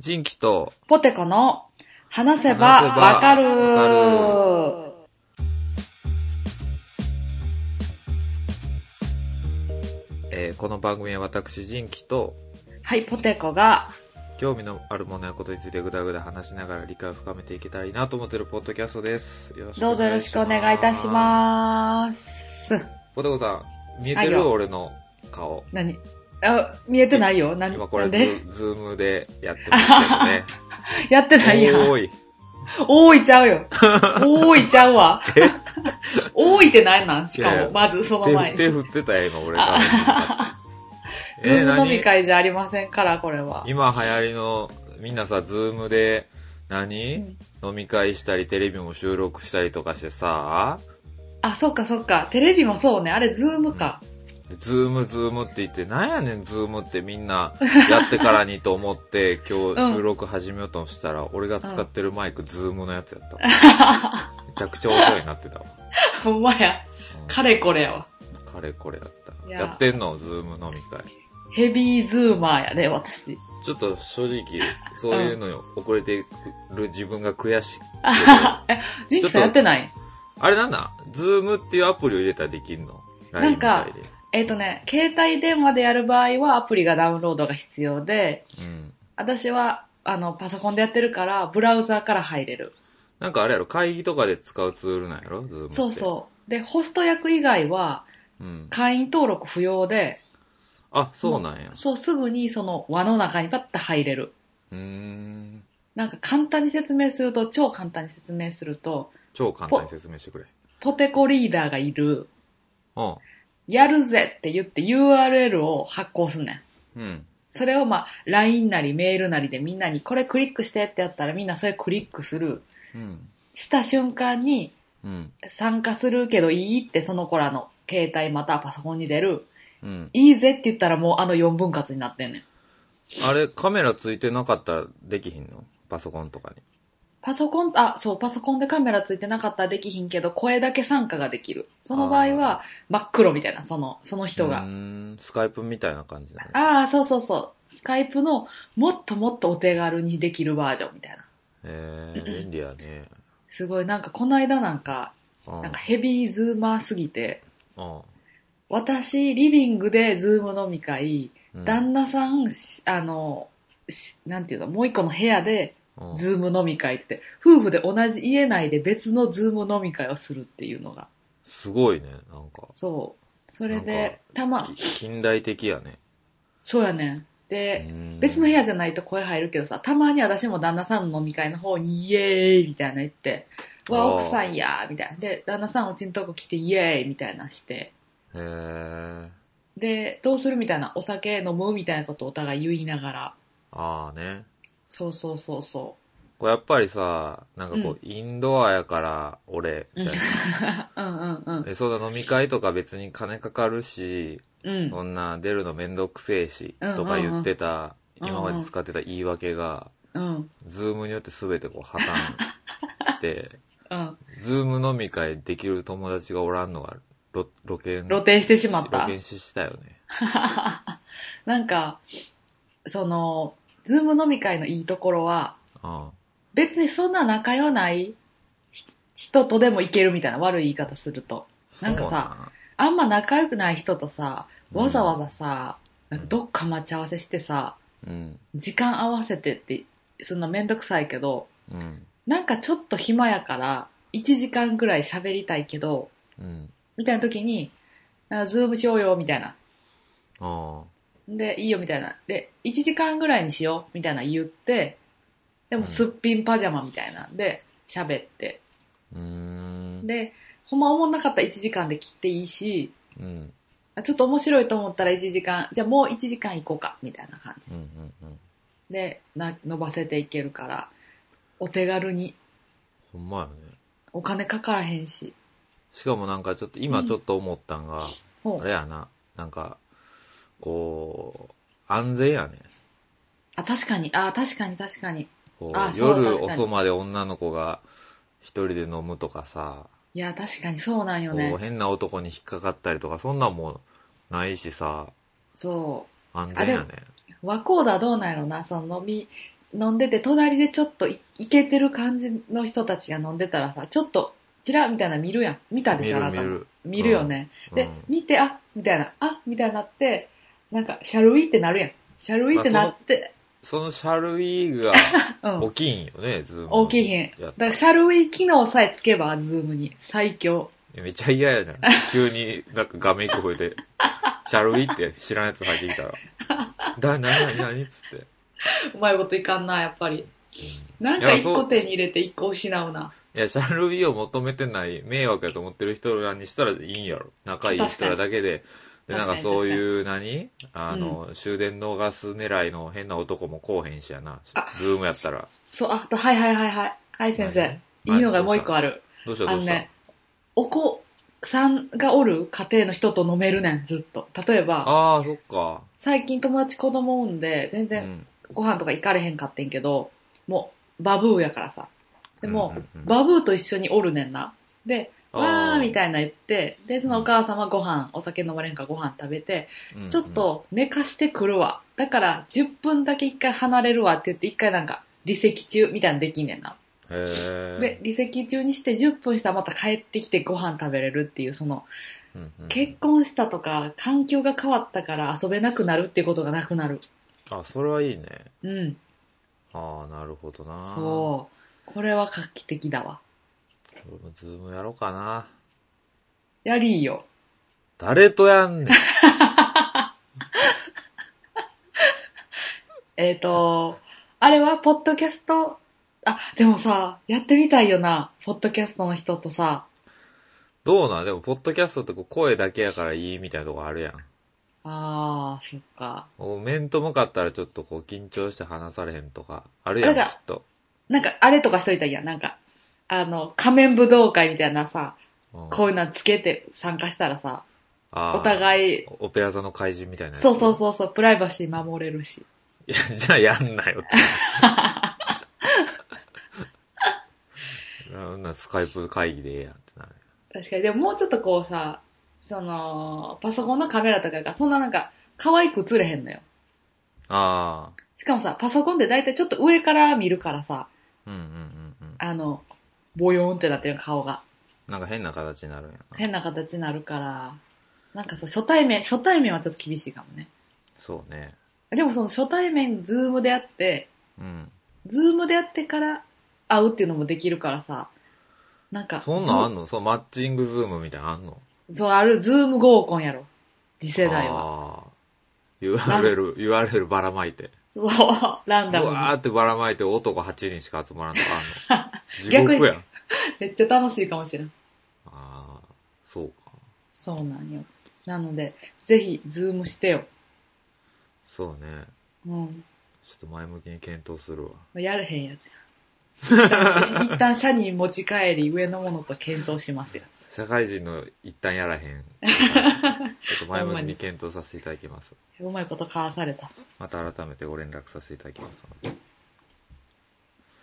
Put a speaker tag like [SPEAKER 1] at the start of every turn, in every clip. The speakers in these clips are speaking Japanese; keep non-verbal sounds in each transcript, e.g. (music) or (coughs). [SPEAKER 1] 人気と、
[SPEAKER 2] ポテコの話せば
[SPEAKER 1] 話せば
[SPEAKER 2] わかる
[SPEAKER 1] わえーこの番組は私、人気と、
[SPEAKER 2] はい、ポテコが、
[SPEAKER 1] 興味のあるものやことについてぐだぐだ話しながら理解を深めていけたらいいなと思ってるポッドキャストです。よろしくお願いします。
[SPEAKER 2] どうぞよろしくお願いいたします。
[SPEAKER 1] ポテコさん、見えて
[SPEAKER 2] はい
[SPEAKER 1] る
[SPEAKER 2] よ
[SPEAKER 1] 俺の顔。
[SPEAKER 2] 何あ、見えてないよな
[SPEAKER 1] 今これ
[SPEAKER 2] なん
[SPEAKER 1] ズ
[SPEAKER 2] で
[SPEAKER 1] ー、ズームでやってます
[SPEAKER 2] やって (laughs) ない
[SPEAKER 1] け
[SPEAKER 2] や
[SPEAKER 1] どね。
[SPEAKER 2] ん。
[SPEAKER 1] おーい。
[SPEAKER 2] 多いちゃうよ。多いちゃうわ。多いって何なんしか
[SPEAKER 1] いやいや
[SPEAKER 2] も、まずその前
[SPEAKER 1] 手、手
[SPEAKER 2] に。
[SPEAKER 1] 振ってたよ、今俺が
[SPEAKER 2] あ。 (laughs) ズ
[SPEAKER 1] え
[SPEAKER 2] ーム飲み
[SPEAKER 1] 何
[SPEAKER 2] 会じゃありませんから、これは。
[SPEAKER 1] 今流行りの、みんなさ、ズームで何、飲み会したり、テレビも収録したりとかしてさ、
[SPEAKER 2] あ、そっかそっか。テレビもそうね。あれ、ズームか。 (laughs)
[SPEAKER 1] ズームズームって言って、なんやねん、ズームってみんなやってからにと思
[SPEAKER 2] (laughs)
[SPEAKER 1] って、今
[SPEAKER 2] う
[SPEAKER 1] 日
[SPEAKER 2] ん
[SPEAKER 1] 収録始めようとしたら、俺が使ってるマイク、ズームのやつやったわ。
[SPEAKER 2] (laughs)
[SPEAKER 1] めちゃくちゃお世話になってたわ。
[SPEAKER 2] ほんまや。
[SPEAKER 1] うん
[SPEAKER 2] かれこれやわ。
[SPEAKER 1] かれこれだっ
[SPEAKER 2] い
[SPEAKER 1] た。
[SPEAKER 2] や
[SPEAKER 1] やってんの、ズーム飲み会。
[SPEAKER 2] ヘビーズーマーやね、私。
[SPEAKER 1] ちょっと正直、そういうのよ遅れてる自分が悔しい。
[SPEAKER 2] (laughs) え、ジンキさんやってない
[SPEAKER 1] あれなんだズームっていうアプリを入れたらできんの
[SPEAKER 2] なん
[SPEAKER 1] LINE
[SPEAKER 2] か
[SPEAKER 1] みたいで。
[SPEAKER 2] えっ、とね、携帯電話でやる場合はアプリがダウンロードが必要で、
[SPEAKER 1] うん。
[SPEAKER 2] 私は、あの、パソコンでやってるから、ブラウザーから入れる。
[SPEAKER 1] なんかあれやろ会議とかで使うツールなんやろズームって。
[SPEAKER 2] そうそう。で、ホスト役以外は、
[SPEAKER 1] う。うん。
[SPEAKER 2] 会員登録不要で、
[SPEAKER 1] あ、そうなんや。
[SPEAKER 2] そうすぐにその輪の中にパッと入れる。
[SPEAKER 1] うーん。
[SPEAKER 2] なんか簡単に説明すると、超簡単に説明すると、
[SPEAKER 1] 超簡単に説明してくれ。
[SPEAKER 2] ポテコリーダーがいる、
[SPEAKER 1] うん。
[SPEAKER 2] やるぜって言って URL を発行すんねん。
[SPEAKER 1] うん。
[SPEAKER 2] それをまあ、LINE なりメールなりでみんなにこれクリックしてってやったらみんなそれクリックする。
[SPEAKER 1] うん。
[SPEAKER 2] した瞬間に
[SPEAKER 1] うん。
[SPEAKER 2] 参加するけどいいってその子らの携帯またはパソコンに出る。
[SPEAKER 1] うん。
[SPEAKER 2] いいぜって言ったらもうあの4分割になってんねん。
[SPEAKER 1] あれ、カメラついてなかったらできひんのパソコンとかに。
[SPEAKER 2] パソコン、あ、そう、パソコンでカメラついてなかったらできひんけど、声だけ参加ができる。その場合は、真っ黒みたいな、その、その人
[SPEAKER 1] う
[SPEAKER 2] が。
[SPEAKER 1] ーん。スカイプみたいな感じなの。
[SPEAKER 2] ああ、そうそうそう。スカイプの、もっともっとお手軽にできるバージョンみたいな。
[SPEAKER 1] えー、便利やね。
[SPEAKER 2] すごい、なんかこの間なんか、
[SPEAKER 1] うん。
[SPEAKER 2] なんかヘビーズーマーすぎて、
[SPEAKER 1] うん
[SPEAKER 2] 私、リビングでズーム飲み会、
[SPEAKER 1] うん。
[SPEAKER 2] 旦那さん、しあの、しなんていうの、もう一個の部屋で
[SPEAKER 1] うん
[SPEAKER 2] ズーム飲み会って言って、夫婦で同じ家内で別のズーム飲み会をするっていうのが。
[SPEAKER 1] すごいね、なんか。
[SPEAKER 2] そう。それ
[SPEAKER 1] なんか
[SPEAKER 2] で、たま、
[SPEAKER 1] き近代的やね。
[SPEAKER 2] そうやねん。で、
[SPEAKER 1] うん
[SPEAKER 2] 別の部屋じゃないと声入るけどさ、たまに私も旦那さんの飲み会の方にイエーイみたいなの言って、わ、
[SPEAKER 1] あー
[SPEAKER 2] 奥さんやーみたいな。で、旦那さんうちのとこ来てイエーイみたいなして、
[SPEAKER 1] へー。
[SPEAKER 2] で、どうするみたいな、お酒飲むみたいなことをお互い言いながら、
[SPEAKER 1] ああね。
[SPEAKER 2] そうそうそうそ
[SPEAKER 1] こうやっぱりさ、なんかこう、インドアやから、俺、みたいな。
[SPEAKER 2] う。うんうんうん。
[SPEAKER 1] え、そうだ、飲み会とか別に金かかるし、
[SPEAKER 2] (laughs) うん。
[SPEAKER 1] こんな出るのめんどくせえし
[SPEAKER 2] うん、
[SPEAKER 1] とか言ってた、
[SPEAKER 2] うんうん
[SPEAKER 1] 今まで使ってた言い訳が、
[SPEAKER 2] うん。
[SPEAKER 1] ズームによって全てこう破綻
[SPEAKER 2] (laughs)
[SPEAKER 1] して、
[SPEAKER 2] うん。
[SPEAKER 1] ズーム飲み会できる友達がおらんのが、露露見。
[SPEAKER 2] 露呈してしまった
[SPEAKER 1] 露。見ししたよね。
[SPEAKER 2] (laughs) なんか、その、ズーム飲み会のいいところは、
[SPEAKER 1] うん。
[SPEAKER 2] 別にそんな仲良ないひ人とでもいけるみたいな悪い言い方すると。なんかさあんま仲良くない人とさ、わざわざさ、
[SPEAKER 1] うん
[SPEAKER 2] なんかどっか待ち合わせしてさ、
[SPEAKER 1] そうなん、うん。
[SPEAKER 2] 時間合わせてって、そんなめんどくさいけど、
[SPEAKER 1] うん。
[SPEAKER 2] なんかちょっと暇やから、1時間ぐらい喋りたいけど、
[SPEAKER 1] うん。
[SPEAKER 2] みたいな時に、なんかズームしようよ、みたいな。
[SPEAKER 1] ああ。
[SPEAKER 2] で、いいよ、みたいな。で、1時間ぐらいにしよう、みたいな言って、
[SPEAKER 1] う
[SPEAKER 2] で
[SPEAKER 1] ん
[SPEAKER 2] もすっぴんパジャマみたいなんで、喋って。
[SPEAKER 1] うーん。
[SPEAKER 2] で、ほんま思んなかったら1時間で切っていいし、
[SPEAKER 1] うん。うん。
[SPEAKER 2] あちょっと面白いと思ったら1時間、じゃあもう1時間行こうか、みたいな感じ
[SPEAKER 1] うん。うん。
[SPEAKER 2] で、な伸ばせていけるから、お手軽に、
[SPEAKER 1] ほんまよね。
[SPEAKER 2] お金かからへんし。
[SPEAKER 1] しかもなんかちょっと、今ちょっと思ったんが、
[SPEAKER 2] ほ
[SPEAKER 1] あ
[SPEAKER 2] う
[SPEAKER 1] れやな、なんか、こう、安全やね。
[SPEAKER 2] あ、確かに、あ、確かに確かに。
[SPEAKER 1] こ
[SPEAKER 2] あ
[SPEAKER 1] う
[SPEAKER 2] そう
[SPEAKER 1] 夜
[SPEAKER 2] 確かに
[SPEAKER 1] 遅まで女の子が一人で飲むとかさ、
[SPEAKER 2] いや、確かにそうなんよ
[SPEAKER 1] こう
[SPEAKER 2] ね。
[SPEAKER 1] 変な男に引っかかったりとか、そんなんもないしさ、
[SPEAKER 2] そ
[SPEAKER 1] 安全やね。
[SPEAKER 2] う。和光だどうなんやろな、その飲み飲んでて、隣でちょっといいけてる感じの人たちが飲んでたらさ、ちょっと、ちらみたいな見るやん。見たでしょ、あな
[SPEAKER 1] 見
[SPEAKER 2] た
[SPEAKER 1] る見
[SPEAKER 2] も。
[SPEAKER 1] る。
[SPEAKER 2] 見るよね。
[SPEAKER 1] うん
[SPEAKER 2] で、見て、あ、みたいな、あ、みたいになって、なんか、シャルウィってなるやん。シャルウィってなって、
[SPEAKER 1] そのシャルウィ
[SPEAKER 2] (laughs)
[SPEAKER 1] ーが
[SPEAKER 2] うん
[SPEAKER 1] 大。きいんよね、ズーム。
[SPEAKER 2] 大きいひん。
[SPEAKER 1] や
[SPEAKER 2] だ
[SPEAKER 1] っ
[SPEAKER 2] から、シャルウィ機能さえつけば、ズームに。最強。
[SPEAKER 1] めっちゃ嫌やじ
[SPEAKER 2] (laughs)
[SPEAKER 1] ゃん。急になんか画面一個増えて、シャルウィーって知らんやつ入ってきたら。だ、な、な、なにっつって。
[SPEAKER 2] うまいこといかんな、やっぱり。なん
[SPEAKER 1] い
[SPEAKER 2] か
[SPEAKER 1] や
[SPEAKER 2] 一
[SPEAKER 1] そう
[SPEAKER 2] 個手に入れて一個失うな。
[SPEAKER 1] いや、シャルウィーを求めてない迷惑やと思ってる人らにしたらいいんやろ。仲いい人らだけで。で、なん
[SPEAKER 2] 確かに
[SPEAKER 1] かそういう何、あの、終電逃す狙いの変な男もこうへんしやな
[SPEAKER 2] あ。
[SPEAKER 1] ズームやったら。
[SPEAKER 2] そう、あと、はいはいはいはい。はい、先生。いいのがもう一個ある。
[SPEAKER 1] どうしたど
[SPEAKER 2] あの
[SPEAKER 1] うした
[SPEAKER 2] ね、お子さんがおる家庭の人と飲めるねん、ずっと。例えば、
[SPEAKER 1] ああ、そっか。
[SPEAKER 2] 最近友達子供産んで、全
[SPEAKER 1] う
[SPEAKER 2] 然
[SPEAKER 1] ん
[SPEAKER 2] ご飯とか行かれへんかってんけど、もう、バブーやからさ。でも、
[SPEAKER 1] うんうんうん
[SPEAKER 2] バブーと一緒におるねんな。で、
[SPEAKER 1] あー
[SPEAKER 2] わーみたいな言って、で、そのお母さんはご飯、お酒飲まれへんからご飯食べて、
[SPEAKER 1] うんうん
[SPEAKER 2] ちょっと寝かしてくるわ。だから、10分だけ一回離れるわって言って、一回なんか、離席中みたいなのできんねんな。
[SPEAKER 1] へえ
[SPEAKER 2] で、、離席中にして10分したらまた帰ってきてご飯食べれるっていう、その、
[SPEAKER 1] うんうん
[SPEAKER 2] 結婚したとか、環境が変わったから遊べなくなるっていうことがなくなる。
[SPEAKER 1] あ、それはいいね。
[SPEAKER 2] うん。
[SPEAKER 1] ああ、なるほどな。
[SPEAKER 2] そう。これは画期的だわ。
[SPEAKER 1] う。俺もズームやろうかな。
[SPEAKER 2] やりーよ。
[SPEAKER 1] 誰とやんねん。
[SPEAKER 2] えっ、と、あれは、ポッドキャスト、あ、でもさ、やってみたいよな。ポッドキャストの人とさ、
[SPEAKER 1] どうなんでも、ポッドキャストってこう声だけやからいいみたいなとこあるやん。
[SPEAKER 2] あー、そっか。
[SPEAKER 1] こう面と向かったらちょっとこう緊張して話されへんとか、あるやん、き
[SPEAKER 2] あれ
[SPEAKER 1] っ
[SPEAKER 2] だ
[SPEAKER 1] と。
[SPEAKER 2] なんか、あれとかしといたらいいやん。なんか、あの、仮面武道会みたいなさ、
[SPEAKER 1] うん
[SPEAKER 2] こういうのつけて参加したらさ、
[SPEAKER 1] あー
[SPEAKER 2] お互い、
[SPEAKER 1] オペラ座の怪人みたいなやつ
[SPEAKER 2] そうそうそうそう、プライバシー守れるし。
[SPEAKER 1] いや、じゃあやんな
[SPEAKER 2] (laughs)
[SPEAKER 1] よって。なんなスカイプ会議でええやんってなる。
[SPEAKER 2] 確かに。でももうちょっとこうさ、その、パソコンのカメラとかがそんななんか、可愛く映れへんのよ。
[SPEAKER 1] あ
[SPEAKER 2] しかもさ、パソコンって大体ちょっと上から見るからさ、
[SPEAKER 1] あ、うんうんうんうん。
[SPEAKER 2] あの、ボヨーンってなってる顔が。
[SPEAKER 1] なんか変な形になるんやな。
[SPEAKER 2] 変な形になるから、なんかそう、初対面、初対面はちょっと厳しいかもね。
[SPEAKER 1] そうね。
[SPEAKER 2] でもその初対面、ズームであって、
[SPEAKER 1] うん。
[SPEAKER 2] ズームであってから会うっていうのもできるからさ、なんか、
[SPEAKER 1] そんなんあん
[SPEAKER 2] ズ
[SPEAKER 1] のそう、マッチングズームみたいなのあんの
[SPEAKER 2] そう、ある、ズーム合コンやろ。次世代は。
[SPEAKER 1] は。URL、URL ばらまいて。
[SPEAKER 2] そう、ラン
[SPEAKER 1] う
[SPEAKER 2] ダムに。
[SPEAKER 1] わーってばらまいて男8人しか集まらんとかあんの
[SPEAKER 2] (laughs)
[SPEAKER 1] 地獄やん。
[SPEAKER 2] めっちゃ楽しいかもしれん。
[SPEAKER 1] ああ、そうか。
[SPEAKER 2] そうなんよ。なので、ぜひ、ズームしてよ。
[SPEAKER 1] そうね。
[SPEAKER 2] うん。
[SPEAKER 1] ちょっと前向きに検討するわ。
[SPEAKER 2] やれへんやつや。一旦一旦社に持ち帰り、上のものと検討しますよ。
[SPEAKER 1] 社会人の一旦やらへん。ちょっと前向きに検討させていただきます。
[SPEAKER 2] うまいことかわされた。
[SPEAKER 1] また改めてご連絡させていただきますので。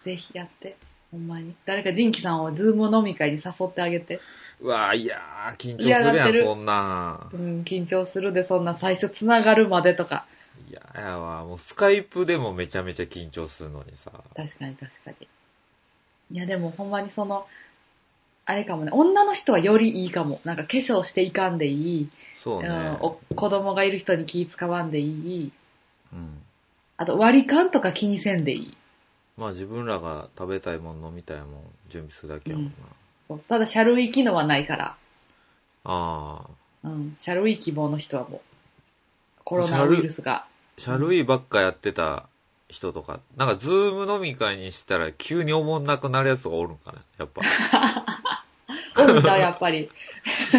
[SPEAKER 2] ぜひやって。ほんまに。誰かジンキさんをズーム飲み会に誘ってあげて。
[SPEAKER 1] うわー、いやー、緊張する
[SPEAKER 2] 嫌が
[SPEAKER 1] や
[SPEAKER 2] っ
[SPEAKER 1] ん、
[SPEAKER 2] てる
[SPEAKER 1] そんなん。
[SPEAKER 2] うん、緊張するで、そんな最初つながるまでとか。
[SPEAKER 1] いややわ、もうスカイプでもめちゃめちゃ緊張するのにさ。
[SPEAKER 2] 確かに確かに。いや、でもほんまにその、あれかもね、女の人はよりいいかも。なんか化粧していかんでいい。
[SPEAKER 1] そうね。
[SPEAKER 2] うん、お子供がいる人に気使わんでいい。
[SPEAKER 1] うん。
[SPEAKER 2] あと割り勘とか気にせんでいい。
[SPEAKER 1] まあ自分らが食べたいもん、飲みたいもん、準備するだけやもんな。
[SPEAKER 2] そうただ、シャルウィ機能はないから。
[SPEAKER 1] ああ。
[SPEAKER 2] うん。シャルウィ希望の人はもう、コロナウイルスが。
[SPEAKER 1] シャルイばっかやってた人とか、なんかズーム飲み会にしたら急におもんなくなるやつがおるんかな、やっ
[SPEAKER 2] (laughs)
[SPEAKER 1] ぱ。
[SPEAKER 2] を見た、やっ
[SPEAKER 1] (laughs)
[SPEAKER 2] ぱり。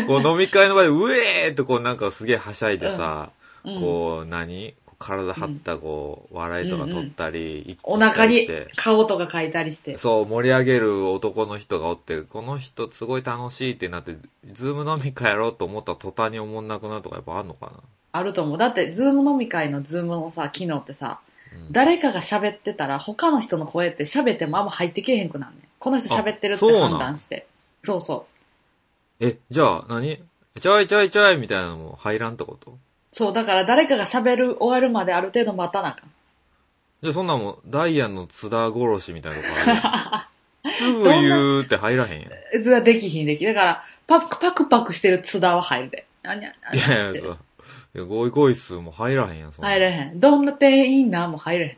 [SPEAKER 1] こう飲み会の場で、うえーってこうなんかすげえはしゃいでさ、
[SPEAKER 2] うん。
[SPEAKER 1] こう何こう体張ったこう、笑いとか取ったり、一
[SPEAKER 2] お
[SPEAKER 1] 気にした
[SPEAKER 2] 腹
[SPEAKER 1] りし
[SPEAKER 2] に
[SPEAKER 1] て
[SPEAKER 2] 顔とか書いたりして。
[SPEAKER 1] そう、盛り上げる男の人がおって、この人すごい楽しいってなって、ズーム飲み会やろうと思った途端におもんなくなるとかやっぱあんのかな、
[SPEAKER 2] あると思う。だって、ズーム飲み会のズームのさ、機能ってさ、
[SPEAKER 1] うん
[SPEAKER 2] 誰かが喋ってたら、他の人の声って喋ってもあんま入ってけえへんくなんねんこの人喋ってるっ
[SPEAKER 1] あそう
[SPEAKER 2] て
[SPEAKER 1] なん
[SPEAKER 2] 判断して。そうそう。
[SPEAKER 1] え、じゃあ何ちょいちょいちょいみたいなのも入らんってこと
[SPEAKER 2] そう、だから誰かが喋る、終わるまである程度待たなあかん。
[SPEAKER 1] じゃあそんなんもうダイアンの津田殺しみたいなとこある
[SPEAKER 2] (laughs)
[SPEAKER 1] やんすぐ言うって入らへんやん。い
[SPEAKER 2] 津田できひんでき。だから、パクパクパクしてる津田は入るで。あにゃ、あにゃ
[SPEAKER 1] や
[SPEAKER 2] っ
[SPEAKER 1] い
[SPEAKER 2] て
[SPEAKER 1] や、そう。いや、ゴイゴイスーも入らへんやん、そんなん
[SPEAKER 2] 入れへん。どんな店員なんも入れへん。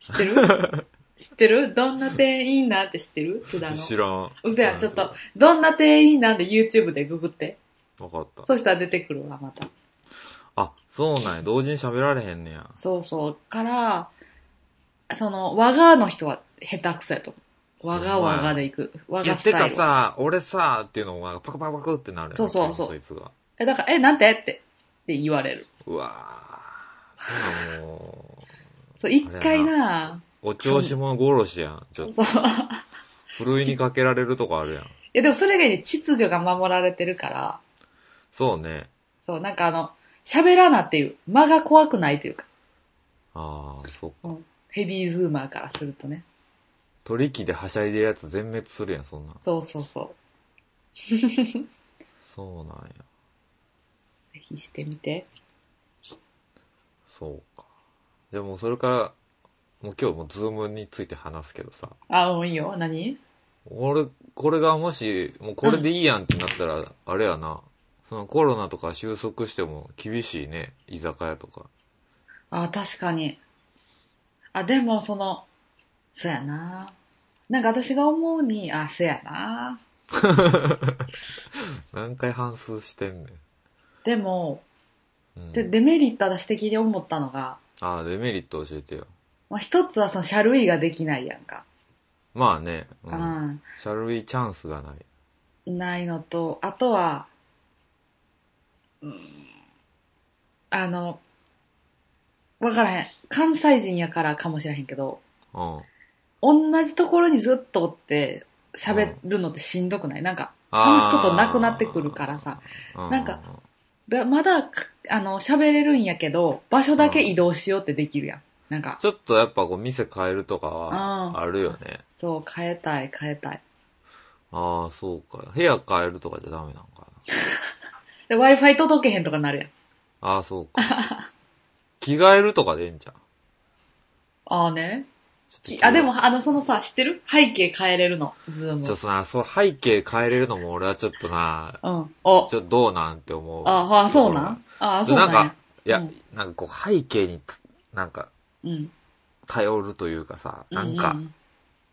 [SPEAKER 2] 知ってる
[SPEAKER 1] (laughs)
[SPEAKER 2] 知ってるどんな店員なんって知ってる津田の。
[SPEAKER 1] 知らん。
[SPEAKER 2] うそやん、ちょっと、どんな店員なんで YouTube でググって。
[SPEAKER 1] わかった。
[SPEAKER 2] そしたら出てくるわ、また。
[SPEAKER 1] あ、そうなんや。同時に喋られへんねや。
[SPEAKER 2] そうそう。から、その、我がの人は下手くそやと思う。我が我がで行く。我
[SPEAKER 1] いや、
[SPEAKER 2] がス
[SPEAKER 1] て
[SPEAKER 2] タ
[SPEAKER 1] か
[SPEAKER 2] イル。
[SPEAKER 1] さ、俺さ、っていうのがパクパクパクってなるやん
[SPEAKER 2] そうそうそう
[SPEAKER 1] そいつが。
[SPEAKER 2] え、だから、え、なんてって、って言われる。
[SPEAKER 1] うわぁ。そうなのも
[SPEAKER 2] そう、一回な、
[SPEAKER 1] う、お調子者殺しやん。ちょっと、
[SPEAKER 2] そう。
[SPEAKER 1] ふるいにかけられるとこあるやん。
[SPEAKER 2] いや、でもそれ以外に秩序が守られてるから、
[SPEAKER 1] そうね。
[SPEAKER 2] そう、なんかあの、喋らなっていう、間が怖くないというか、
[SPEAKER 1] ああ、そっか。
[SPEAKER 2] ヘビーズーマーからするとね。
[SPEAKER 1] 取り木ではしゃいでるやつ全滅するやん、そんなん。
[SPEAKER 2] そうそうそ
[SPEAKER 1] そうなんや。
[SPEAKER 2] う。ぜひしてみて。
[SPEAKER 1] そうか。でもそれから、もう今日もズームについて話すけどさ。
[SPEAKER 2] あ、うん、いいよ。何
[SPEAKER 1] 俺、これがもし、もうこれでいいやんってなったら、あれやな。そのコロナとか収束しても厳しいね。居酒屋とか。
[SPEAKER 2] あ、確かに。あ、でも、その、そうやな。なんか私が思うに、あ、そうやな。
[SPEAKER 1] 何回反数してんね
[SPEAKER 2] でも、
[SPEAKER 1] ん。うん、
[SPEAKER 2] でデメリット私的に思ったのが、
[SPEAKER 1] ああ、デメリット教えてよ。
[SPEAKER 2] まあ、一つはその、シャルイができないやんか。
[SPEAKER 1] まあね。う。
[SPEAKER 2] うんん。
[SPEAKER 1] シャルウィチャンスがない。
[SPEAKER 2] ないのと、あとは、うん、あの、わからへん。関西人やからかもしれへんけど、
[SPEAKER 1] うん。
[SPEAKER 2] 同じところにずっとおって喋るのってしんどくない、なんか、
[SPEAKER 1] あー
[SPEAKER 2] 話すことなくなってくるからさ。
[SPEAKER 1] う
[SPEAKER 2] なんか、ばまだ、かあの、喋れるんやけど、場所だけ移動しようってできるやん。なんか、
[SPEAKER 1] ちょっとやっぱこう店変えるとかはあるよね。
[SPEAKER 2] そう、変えたい、変えたい。
[SPEAKER 1] ああ、そうか。部屋変えるとかじゃダメなのかな。
[SPEAKER 2] で、Wi-Fi 届けへんとかなるやん。
[SPEAKER 1] ああ、そうか。
[SPEAKER 2] (laughs)
[SPEAKER 1] 着替えるとかでええんじゃん。
[SPEAKER 2] ああね。
[SPEAKER 1] ちょっと着替え
[SPEAKER 2] きあ、でも、あの、そのさ、知ってる背景変えれるの、ズーム。
[SPEAKER 1] ちょっとな、そう、背景変えれるのも俺はちょっとな、
[SPEAKER 2] うん。お。
[SPEAKER 1] ちょっとどうなんて思う。
[SPEAKER 2] あ、あ、そうなんああ、
[SPEAKER 1] ちょ
[SPEAKER 2] そう
[SPEAKER 1] っ
[SPEAKER 2] な
[SPEAKER 1] と
[SPEAKER 2] ん
[SPEAKER 1] なん
[SPEAKER 2] や
[SPEAKER 1] か。、いや、
[SPEAKER 2] うん
[SPEAKER 1] なんかこう背景に、なんか、
[SPEAKER 2] うん。
[SPEAKER 1] 頼るというかさ、なんか、
[SPEAKER 2] ううう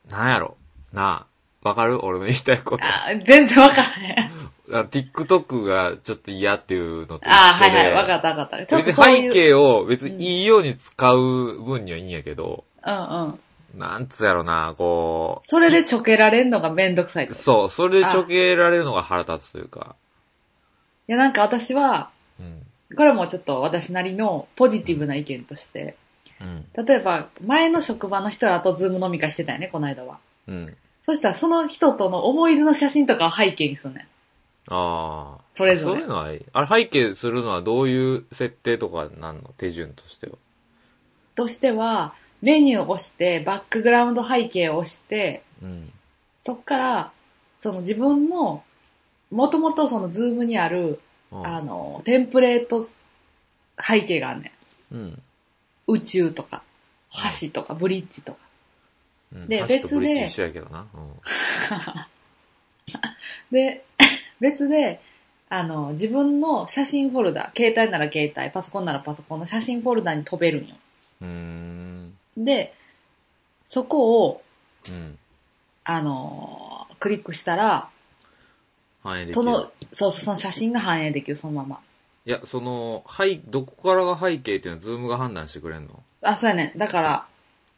[SPEAKER 1] なんやろ。なあ、わかる俺の言いたいこと。
[SPEAKER 2] あー全然わからへん。
[SPEAKER 1] あ TikTok がちょっと嫌っていうのと一緒で。
[SPEAKER 2] あーはいはい。わかったわかった。ちょっ
[SPEAKER 1] 別
[SPEAKER 2] と
[SPEAKER 1] に
[SPEAKER 2] そうい
[SPEAKER 1] 背
[SPEAKER 2] う。
[SPEAKER 1] 景を別にいいように使う分にはいいんやけど、
[SPEAKER 2] うんうん。
[SPEAKER 1] なんつうやろな、こ
[SPEAKER 2] それでちょけられんのがめんどくさいと
[SPEAKER 1] う、。そう、それでちょけられるのが腹立つというか、
[SPEAKER 2] いや、なんか私は、
[SPEAKER 1] うん。
[SPEAKER 2] これもちょっと私なりのポジティブな意見として、
[SPEAKER 1] うん。
[SPEAKER 2] 例えば、前の職場の人らとズーム飲み会してたよね、この間は。
[SPEAKER 1] うん。
[SPEAKER 2] そしたら、その人との思い出の写真とかを背景にするねん。
[SPEAKER 1] ああ。
[SPEAKER 2] それぞ
[SPEAKER 1] そ
[SPEAKER 2] れ
[SPEAKER 1] ういうのはいい。あれ背景するのはどういう設定とかなんの手順としては。
[SPEAKER 2] としては、メニューを押して、バックグラウンド背景を押して、
[SPEAKER 1] うん。
[SPEAKER 2] そっから、その自分の、もともとそのズームにある、
[SPEAKER 1] うん
[SPEAKER 2] あの、テンプレート背景があんねん。
[SPEAKER 1] うん。
[SPEAKER 2] 宇宙とか、橋とか、ブリッジとか。
[SPEAKER 1] うん
[SPEAKER 2] で
[SPEAKER 1] 箸と
[SPEAKER 2] 別で
[SPEAKER 1] ブリッジ一緒やけどな。うん。
[SPEAKER 2] で、 (laughs) 別で、あの、自分の写真フォルダ、携帯なら携帯、パソコンならパソコンの写真フォルダに飛べるんよ。
[SPEAKER 1] うーん。
[SPEAKER 2] で、そこを、
[SPEAKER 1] うん。
[SPEAKER 2] あの、クリックしたら、
[SPEAKER 1] 反映できる。
[SPEAKER 2] その、そうそう、その写真が反映できる、そのまま。
[SPEAKER 1] いや、その、はい、どこからが背景っていうのはズームが判断してくれんの
[SPEAKER 2] あ、そうやねん。だから、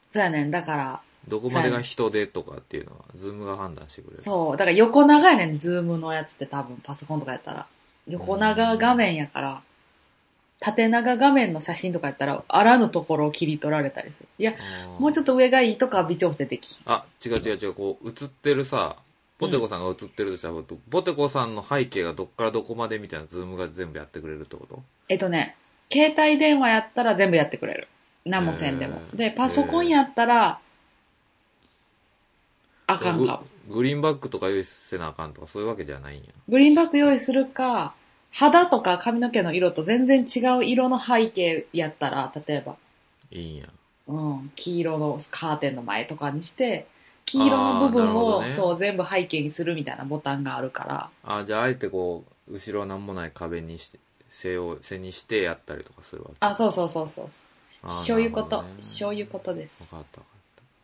[SPEAKER 2] そうやねん。だから、
[SPEAKER 1] どこまでが人でとかっていうのは、ズームが判断してくれる。
[SPEAKER 2] そう。だから横長やねん、ズームのやつって多分、パソコンとかやったら。横長画面やから、縦長画面の写真とかやったら、あらぬところを切り取られたりする。いや、
[SPEAKER 1] あー
[SPEAKER 2] もうちょっと上がいいとかは微調整できひん。
[SPEAKER 1] あ、違う違う違う、こう、映ってるさ、ポテコさんが映ってるとしたら、ポテコさんの背景がどっからどこまでみたいなズームが全部やってくれるってこと
[SPEAKER 2] えっとね、携帯電話やったら全部やってくれる。何もせんでも。
[SPEAKER 1] へー
[SPEAKER 2] で、パソコンやったら、あかんかも。
[SPEAKER 1] ググリーンバックとか用意せなあかんとか、そういうわけじゃないんや。
[SPEAKER 2] グリーンバック用意するか、肌とか髪の毛の色と全然違う色の背景やったら、例えば、
[SPEAKER 1] いいんや。
[SPEAKER 2] うん、黄色のカーテンの前とかにして、黄色の
[SPEAKER 1] あ
[SPEAKER 2] 部
[SPEAKER 1] ーなる
[SPEAKER 2] 分
[SPEAKER 1] ほ
[SPEAKER 2] を、
[SPEAKER 1] どね
[SPEAKER 2] そう全部背景にするみたいなボタンがあるから、
[SPEAKER 1] あーじゃああえてこう後ろは何もない壁にして背を背にしてやったりとかするわけ
[SPEAKER 2] あ、そうそうそうそう。
[SPEAKER 1] あー
[SPEAKER 2] そういうこ
[SPEAKER 1] な
[SPEAKER 2] と
[SPEAKER 1] るほどね、
[SPEAKER 2] そういうことで
[SPEAKER 1] 分
[SPEAKER 2] す。
[SPEAKER 1] かった分かっ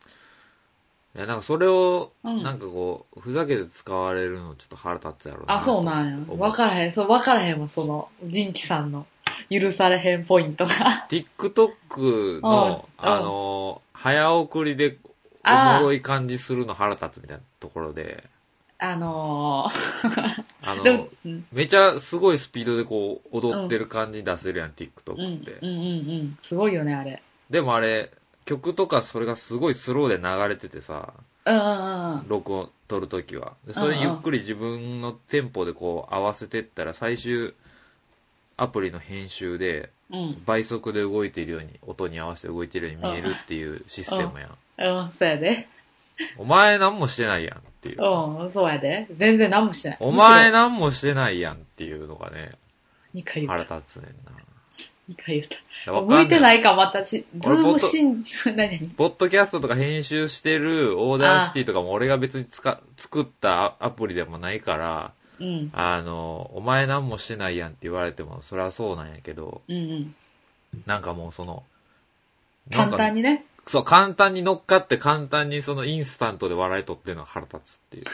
[SPEAKER 1] たいやなんかそれを、
[SPEAKER 2] うん
[SPEAKER 1] なんかこうふざけて使われるのちょっと腹立つやろ
[SPEAKER 2] あ、そうなんや。わからへん、そう、わからへんわ、その、ジンキさんの許されへんポイントが。 (laughs)
[SPEAKER 1] る TikTok の
[SPEAKER 2] うん
[SPEAKER 1] あのー早送りで
[SPEAKER 2] あ
[SPEAKER 1] おもろ
[SPEAKER 2] ー
[SPEAKER 1] い感じするの腹立つみたいなところで
[SPEAKER 2] あの
[SPEAKER 1] あ
[SPEAKER 2] ー、
[SPEAKER 1] の
[SPEAKER 2] でも、うん、
[SPEAKER 1] めちゃすごいスピードでこう踊ってる感じ出せるやん、
[SPEAKER 2] うん、うん
[SPEAKER 1] TikTok って、、
[SPEAKER 2] うんうん、すごいよね、あれ。
[SPEAKER 1] でもあれ曲とかそれがすごいスローで流れててさ
[SPEAKER 2] うんうんうん。
[SPEAKER 1] 録音撮るときはでそれ
[SPEAKER 2] うんうん
[SPEAKER 1] ゆっくり自分のテンポでこう合わせてったら最終アプリの編集で
[SPEAKER 2] うん、
[SPEAKER 1] 倍速で動いているように音に合わせて動いてるように見えるっていうシステムやん
[SPEAKER 2] うん、そうやで。
[SPEAKER 1] お前何もしてないやんっていう
[SPEAKER 2] うん、そうやで。全然何もしてない。
[SPEAKER 1] お前
[SPEAKER 2] な。
[SPEAKER 1] 何もしてないやんっていうのがね
[SPEAKER 2] 2回言
[SPEAKER 1] 腹
[SPEAKER 2] った。
[SPEAKER 1] 立つねんな
[SPEAKER 2] 2回言った。
[SPEAKER 1] やわかん
[SPEAKER 2] 向いてないか、私、ズ
[SPEAKER 1] 俺
[SPEAKER 2] ー
[SPEAKER 1] ボ
[SPEAKER 2] ム
[SPEAKER 1] ト
[SPEAKER 2] しん、 (laughs) 何何
[SPEAKER 1] ポッドキャストとか編集してるオーダーシティとかも俺が別につか作ったアプリでもないから、
[SPEAKER 2] うん。
[SPEAKER 1] あの、お前何もしてないやんって言われても、それはそうなんやけど、
[SPEAKER 2] うんうん。
[SPEAKER 1] なんかもうその、
[SPEAKER 2] 簡単
[SPEAKER 1] に。
[SPEAKER 2] にね。
[SPEAKER 1] そう、簡単に乗っかって簡単にそのインスタントで笑い取ってるのが腹立つっていう。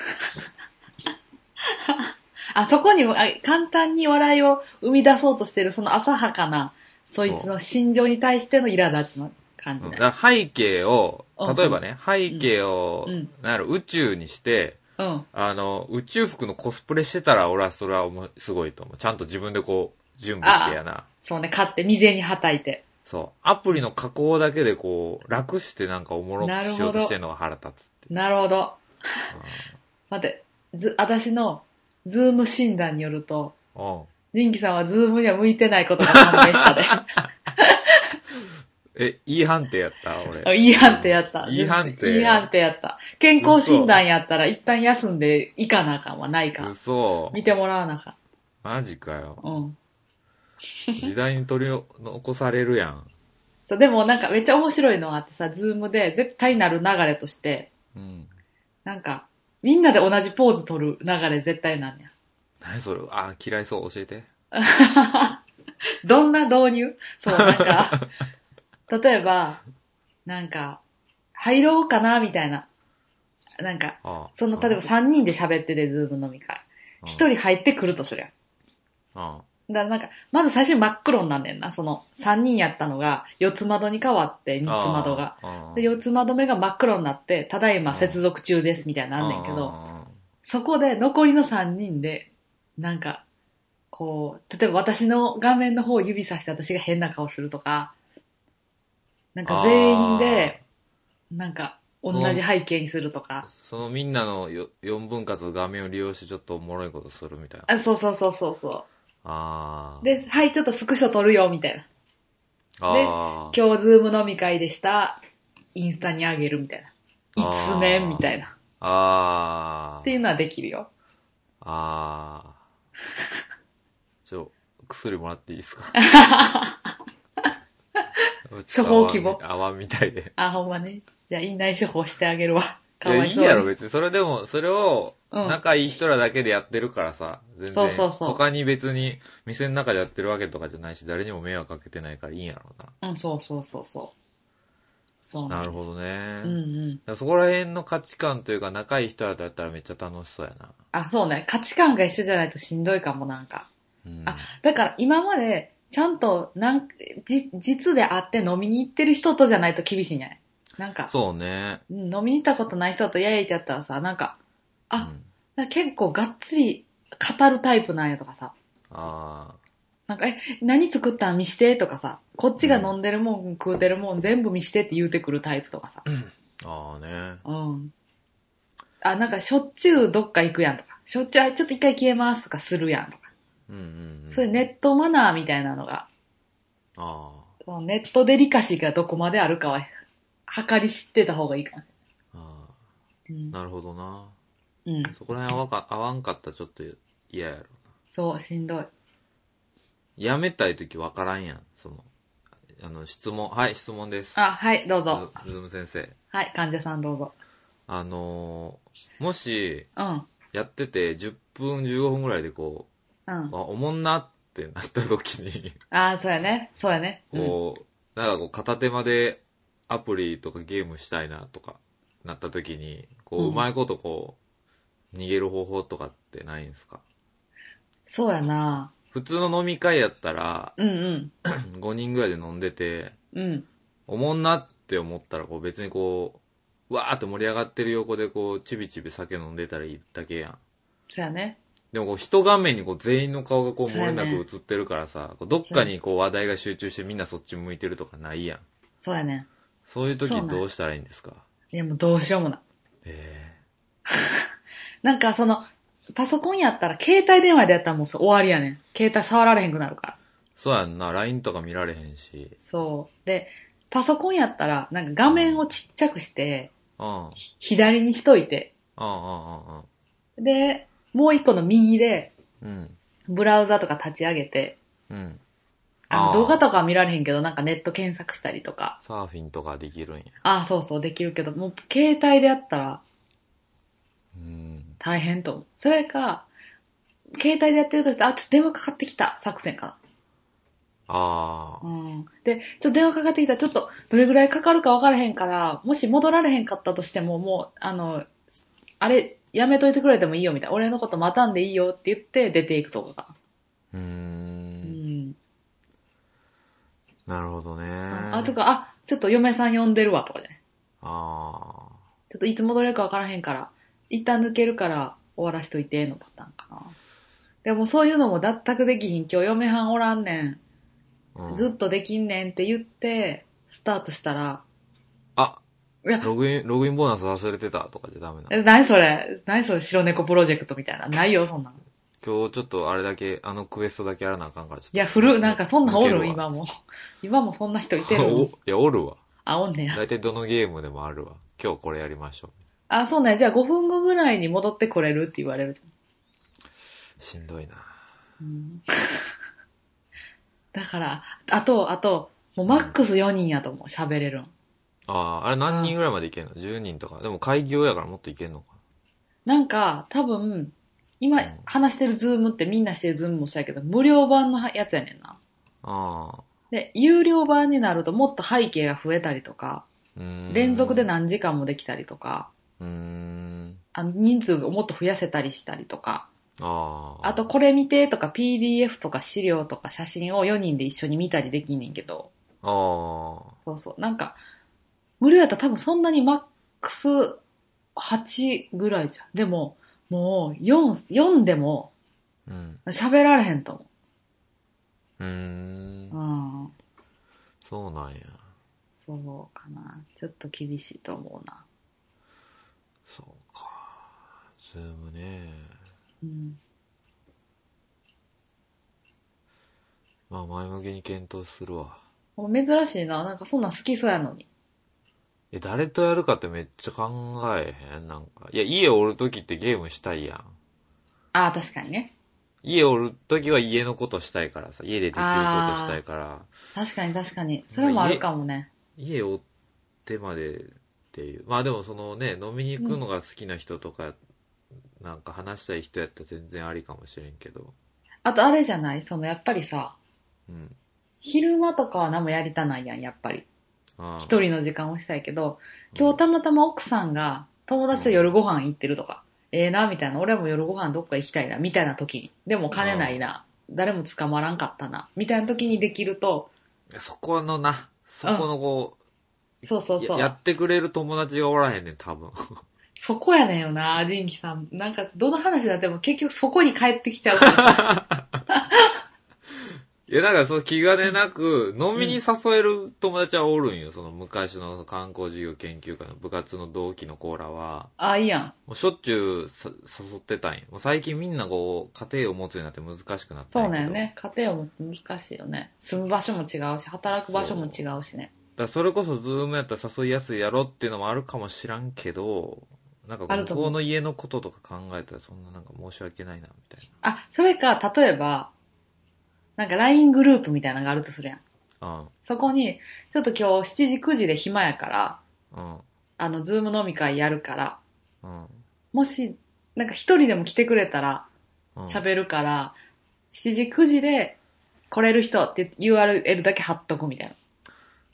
[SPEAKER 2] あ、そこにも、あ簡単に笑いを生み出そうとしてる、その浅はかな、そいつの心情に対しての苛立ちの感
[SPEAKER 1] うん
[SPEAKER 2] じ
[SPEAKER 1] だ
[SPEAKER 2] ね。
[SPEAKER 1] から背景を、
[SPEAKER 2] うん
[SPEAKER 1] 例えばね、背景を
[SPEAKER 2] うん、
[SPEAKER 1] なんやろ、宇宙にして、
[SPEAKER 2] うん。
[SPEAKER 1] あの、宇宙服のコスプレしてたら俺はそれはおもすごいと思う。ちゃんと自分でこう、準備してやな。
[SPEAKER 2] そうね、勝って、未然にはたいて。
[SPEAKER 1] そう。アプリの加工だけでこう、楽してなんかおもろくしようとしてるのが腹立つっていう。
[SPEAKER 2] なるほど。待って、ず、私の、ズーム診断によると、
[SPEAKER 1] うん。
[SPEAKER 2] ジンキさんはズームには向いてないことが判明したで。
[SPEAKER 1] え、いい判定やった
[SPEAKER 2] あ
[SPEAKER 1] 俺。
[SPEAKER 2] いい判定やった。
[SPEAKER 1] いい判定。
[SPEAKER 2] いい判定やった。健康診断やったら一旦休んでいかなあかんはないか。
[SPEAKER 1] 嘘。
[SPEAKER 2] 見てもらわなあか
[SPEAKER 1] マジかよ。
[SPEAKER 2] ん。うん。
[SPEAKER 1] 時代に取り残されるやん。
[SPEAKER 2] そうでもなんかめっちゃ面白いのがあってさ、ズームで絶対なる流れとして、
[SPEAKER 1] うん。
[SPEAKER 2] なんか、みんなで同じポーズ取る流れ絶対なんや。
[SPEAKER 1] 何それあ、嫌いそう。教えて。
[SPEAKER 2] どんな導入そう、な
[SPEAKER 1] (laughs)
[SPEAKER 2] んか、例えば、なんか、入ろうかな、みたいな。なんか、
[SPEAKER 1] あ
[SPEAKER 2] その、例えば3人で喋ってて、ズーム飲み会。1。人入ってくるとするやん。
[SPEAKER 1] あ
[SPEAKER 2] だからなんか、まず最初に真っ黒になんねんな。その、3人やったのが、四つ窓に変わって、二つ窓が。。で、四つ窓目が真っ黒になって、ただいま接続中です、みたいなのあんねんけど、
[SPEAKER 1] ど。
[SPEAKER 2] そこで残りの3人で、なんか、こう、例えば私の画面の方を指さして私が変な顔するとか、なんか全員で、なんか、同じ背景にするとか、
[SPEAKER 1] そのみんなのよ4分割の画面を利用してちょっとおもろいことするみたいな。
[SPEAKER 2] あそうそうそうそうそ
[SPEAKER 1] あ
[SPEAKER 2] う。
[SPEAKER 1] あ。
[SPEAKER 2] で、はい、ちょっとスクショ撮るよ、みたいな。
[SPEAKER 1] あー、
[SPEAKER 2] 今日ズーム飲み会でした。インスタにあげるみたいな。いつね
[SPEAKER 1] あー
[SPEAKER 2] みたいな。
[SPEAKER 1] ああ。
[SPEAKER 2] っていうのはできるよ。
[SPEAKER 1] あー。ちょ、薬もらっていいですか
[SPEAKER 2] (laughs) 処方希望
[SPEAKER 1] 泡みたいで。
[SPEAKER 2] あ、ほんまね。じゃあ、院内処方してあげるわ。
[SPEAKER 1] い
[SPEAKER 2] か
[SPEAKER 1] や、
[SPEAKER 2] わ
[SPEAKER 1] い
[SPEAKER 2] い
[SPEAKER 1] い
[SPEAKER 2] そうに。
[SPEAKER 1] やろ、別に。それでも、それを、
[SPEAKER 2] うん
[SPEAKER 1] 仲いい人らだけでやってるからさ、全然。
[SPEAKER 2] そうそうそう
[SPEAKER 1] 他に別に、店の中でやってるわけとかじゃないし、誰にも迷惑かけてないからいいんやろう
[SPEAKER 2] うん、そうそうそうそう。そう
[SPEAKER 1] な。な
[SPEAKER 2] んです
[SPEAKER 1] るほどね。
[SPEAKER 2] うん
[SPEAKER 1] だか
[SPEAKER 2] うん。
[SPEAKER 1] らそこら辺の価値観というか、仲いい人らとやったらめっちゃ楽しそうやな。
[SPEAKER 2] あ、そうね。価値観が一緒じゃないとしんどいかも、なんか。
[SPEAKER 1] うん、
[SPEAKER 2] あだから、今まで、ちゃんと、なん、じ、実で会って飲みに行ってる人とじゃないと厳しいんじゃないなんか、
[SPEAKER 1] そうね。
[SPEAKER 2] うん飲みに行ったことない人とやいやいってやったらさ、なんか、あ
[SPEAKER 1] うん、
[SPEAKER 2] なんか結構がっつり語るタイプなんやとかさ。
[SPEAKER 1] あ
[SPEAKER 2] なんか、え、何作ったん見してとかさ、こっちが飲んでるもん、食うてるもん、全部見してって言うてくるタイプとかさ。
[SPEAKER 1] ーあーね。
[SPEAKER 2] うん。あ、なんかしょっちゅうどっか行くやんとか、しょっちゅう、あちょっと一回消えますとかするやんとか、
[SPEAKER 1] うんうん、うん。
[SPEAKER 2] そういうネットマナーみたいなのが、
[SPEAKER 1] ああ。
[SPEAKER 2] そのネットデリカシーがどこまであるかは、計り知ってた方がいいかな。
[SPEAKER 1] ああ
[SPEAKER 2] うん。
[SPEAKER 1] なるほどな。
[SPEAKER 2] うん。
[SPEAKER 1] そこら辺合わか合わんかったらちょっと嫌やろ。
[SPEAKER 2] そう、しんどい。
[SPEAKER 1] やめたい時分からんやん。その、あの、質問、はい、質問です。
[SPEAKER 2] あ、はい、どうぞ。
[SPEAKER 1] ズズム先生。
[SPEAKER 2] はい、患者さんどうぞ。
[SPEAKER 1] あのーもし、
[SPEAKER 2] うん、
[SPEAKER 1] やってて、10分、15分ぐらいでこ
[SPEAKER 2] うん
[SPEAKER 1] う、。あ、おもんなってなった時に、
[SPEAKER 2] ああ、そうやね。そうやね。 (laughs) うん、
[SPEAKER 1] こう、なんかこう、片手間でアプリとかゲームしたいなとか、なった時に、こ
[SPEAKER 2] うん
[SPEAKER 1] う、うまいことこう、逃げる方法とかってないんですか
[SPEAKER 2] そうやな。
[SPEAKER 1] 普通の飲み会やった
[SPEAKER 2] (laughs)
[SPEAKER 1] ら、
[SPEAKER 2] うんうん。
[SPEAKER 1] 5人ぐらいで飲んでて、
[SPEAKER 2] うん。
[SPEAKER 1] おもんなって思ったら、こう別にこう、わーって盛り上がってる横でこう、ちびちび酒飲んでたらいいだけやん。
[SPEAKER 2] そうやね。
[SPEAKER 1] でもこう、一画面にこう、全員の顔がこう、
[SPEAKER 2] そう
[SPEAKER 1] 漏
[SPEAKER 2] や
[SPEAKER 1] れ
[SPEAKER 2] ね
[SPEAKER 1] なく映ってるからさ、こうどっかにこう、話題が集中してみんなそっち向いてるとかないやん。
[SPEAKER 2] そうやね。
[SPEAKER 1] そういう時
[SPEAKER 2] そうなん
[SPEAKER 1] どうしたらいいんですか
[SPEAKER 2] いや、もうどうしようもない。
[SPEAKER 1] え
[SPEAKER 2] なんかその、パソコンやったら、携帯電話でやったらもうそう終わりやねん。携帯触られへんくなるから。
[SPEAKER 1] えそうやんな、LINE とか見られへんし。
[SPEAKER 2] そう。で、パソコンやったら、なんか画面をちっちゃくして、
[SPEAKER 1] うん。うんうんうん
[SPEAKER 2] 左にしといて、
[SPEAKER 1] うん
[SPEAKER 2] で、もう一個の右で、
[SPEAKER 1] うん。うん。
[SPEAKER 2] ブラウザとか立ち上げて、
[SPEAKER 1] うん。
[SPEAKER 2] あ
[SPEAKER 1] あ
[SPEAKER 2] の
[SPEAKER 1] ー
[SPEAKER 2] 動画とかは見られへんけど、なんかネット検索したりとか、
[SPEAKER 1] サーフィンとかできるんや。
[SPEAKER 2] ああ、そうそう、できるけど、もう携帯でやったら
[SPEAKER 1] うん。
[SPEAKER 2] 大変と思う。それか、携帯でやってるとして、あ、ちょっと電話かかってきた作戦かな。
[SPEAKER 1] ああ。
[SPEAKER 2] うんで、ちょっと電話かかってきた、ちょっとどれぐらいかかるか分からへんから、もし戻られへんかったとしても、もう、あの、あれ、やめといてくれてもいいよみたいな、俺のこと待たんでいいよって言って出ていくとかか
[SPEAKER 1] うー。
[SPEAKER 2] な。うんん。
[SPEAKER 1] なるほどね。
[SPEAKER 2] あ、とか、あ、ちょっと嫁さん呼んでるわとかじゃない。
[SPEAKER 1] あ
[SPEAKER 2] ちょっといつ戻れるか分からへんから、一旦抜けるから終わらしといてのパターンかな。でもそういうのも全くできひん、今日嫁はんおらんね
[SPEAKER 1] あ、うん
[SPEAKER 2] ん、ずっとできんねんって言って、スタートしたら、
[SPEAKER 1] あ
[SPEAKER 2] いや
[SPEAKER 1] ログイン、ログインボーナス忘れてたとかじゃダメなの
[SPEAKER 2] え、何それ何それ白猫プロジェクトみたいな。ないよ、そんなの。
[SPEAKER 1] 今日ちょっとあれだけ、あのクエストだけやらなあかんからちょっと。
[SPEAKER 2] いや、古っ、なんかそんなんお
[SPEAKER 1] 抜け
[SPEAKER 2] る、
[SPEAKER 1] わ
[SPEAKER 2] 今。も。 (laughs) 今もそんな人いて
[SPEAKER 1] (laughs) お
[SPEAKER 2] る
[SPEAKER 1] いや、おるわ。
[SPEAKER 2] あ、おんねや。
[SPEAKER 1] だいたいどのゲームでもあるわ。今日これやりましょ
[SPEAKER 2] あ、そうなんや。じゃあ5分後ぐらいに戻ってこれるって言われると。
[SPEAKER 1] う。しんどいな。
[SPEAKER 2] うん (laughs) だから、あと、あと、もうマックス4人やと思う、喋れるん。
[SPEAKER 1] ああ、あれ何人ぐらいまでいけんの ?10 人とか。でも開業やからもっといけんのか。
[SPEAKER 2] なんか、多分、
[SPEAKER 1] う
[SPEAKER 2] 今
[SPEAKER 1] ん
[SPEAKER 2] 話してるズームってみんなしてるズームもそうやけど、無料版のやつやねんな。
[SPEAKER 1] ああ。
[SPEAKER 2] で、有料版になるともっと背景が増えたりとか、
[SPEAKER 1] うーん
[SPEAKER 2] 連続で。何時間もできたりとか、
[SPEAKER 1] うーん。
[SPEAKER 2] あの人数をもっと増やせたりしたりとか、
[SPEAKER 1] ああ。
[SPEAKER 2] あと、これ見てとか PDF とか資料とか写真を4人で一緒に見たりできんねんけど、
[SPEAKER 1] あ
[SPEAKER 2] そうそう、なんか、無料やったら多分そんなにマックス8ぐらいじゃん。でも、もう4、4でも
[SPEAKER 1] あ。うん。
[SPEAKER 2] 喋られへんと
[SPEAKER 1] うーん。
[SPEAKER 2] 思う。うん。
[SPEAKER 1] そうなんや。
[SPEAKER 2] そうかな。ちょっと厳しいと思うな。
[SPEAKER 1] そうか。ズームね。
[SPEAKER 2] うん。
[SPEAKER 1] まあ前向きに検討するわ。
[SPEAKER 2] もう珍しいな。なんかそんなん好きそうやのに。
[SPEAKER 1] え、誰とやるかってめっちゃ考えへんなんか。いや、家おるときってゲームしたいやん。
[SPEAKER 2] ああ、確かにね。
[SPEAKER 1] 家おるときは家のことしたいからさ。家でできることしたいから。
[SPEAKER 2] 確かに確かに。それもあるかもね。
[SPEAKER 1] 家おってまでっていう。まあでもそのね、飲みに行くのが好きな人とか、なんか話したい人やったら全然ありかもしれんけど。
[SPEAKER 2] あとあれじゃないそのやっぱりさ、
[SPEAKER 1] うん。
[SPEAKER 2] 昼間とかは何もやりたないやん、やっぱり。
[SPEAKER 1] ああ
[SPEAKER 2] 一人の時間をしたいけど、今日たまたま奥さんが友達と夜ご飯行ってるとか、ええな、みたいな、俺も夜ご飯どっか行きたいな、みたいな時に。でも金ないな、誰も捕まらんかったな、みたいな時にできると、
[SPEAKER 1] そこのな、そこのこ、
[SPEAKER 2] そうそうう
[SPEAKER 1] や
[SPEAKER 2] そ
[SPEAKER 1] や
[SPEAKER 2] う。
[SPEAKER 1] ってくれる友達がおらへんねん、多分。
[SPEAKER 2] そこやねんよな、ジンキさん。なんか、どの話だっても結局そこに帰ってきち
[SPEAKER 1] (laughs)
[SPEAKER 2] ゃうから。
[SPEAKER 1] いや、だから、その気兼ねなく、飲みに誘える友達はおるんよ。その昔の観光事業研究会の部活の同期のコーラは、
[SPEAKER 2] ああ、いいやん。
[SPEAKER 1] もうしょっちゅうさ誘ってたんよ。もう最近みんなこう、家庭を持つようになって難しくなったん
[SPEAKER 2] そう
[SPEAKER 1] やけど
[SPEAKER 2] だよ。ね。家庭も難しいよね。住む場所も違うし、働く場所も違うしね。
[SPEAKER 1] だからそれこそズームやったら誘いやすいやろっていうのもあるかもしらんけど、なんかこ
[SPEAKER 2] あ
[SPEAKER 1] う
[SPEAKER 2] る
[SPEAKER 1] 向
[SPEAKER 2] と思う
[SPEAKER 1] こうの家のこととか考えたらそんななんか申し訳ないな、みたい
[SPEAKER 2] あ、それか、例えば、なんか LINE グループみたいなのがあるとするやん。
[SPEAKER 1] うん
[SPEAKER 2] そこに、ちょっと今日7時9時で暇やから、
[SPEAKER 1] うん
[SPEAKER 2] あの、ズーム飲み会やるから、
[SPEAKER 1] うん
[SPEAKER 2] もし、なんか一人でも来てくれたら
[SPEAKER 1] うん
[SPEAKER 2] 喋るから、7時9時で来れる人って URL だけ貼っとくみたいな。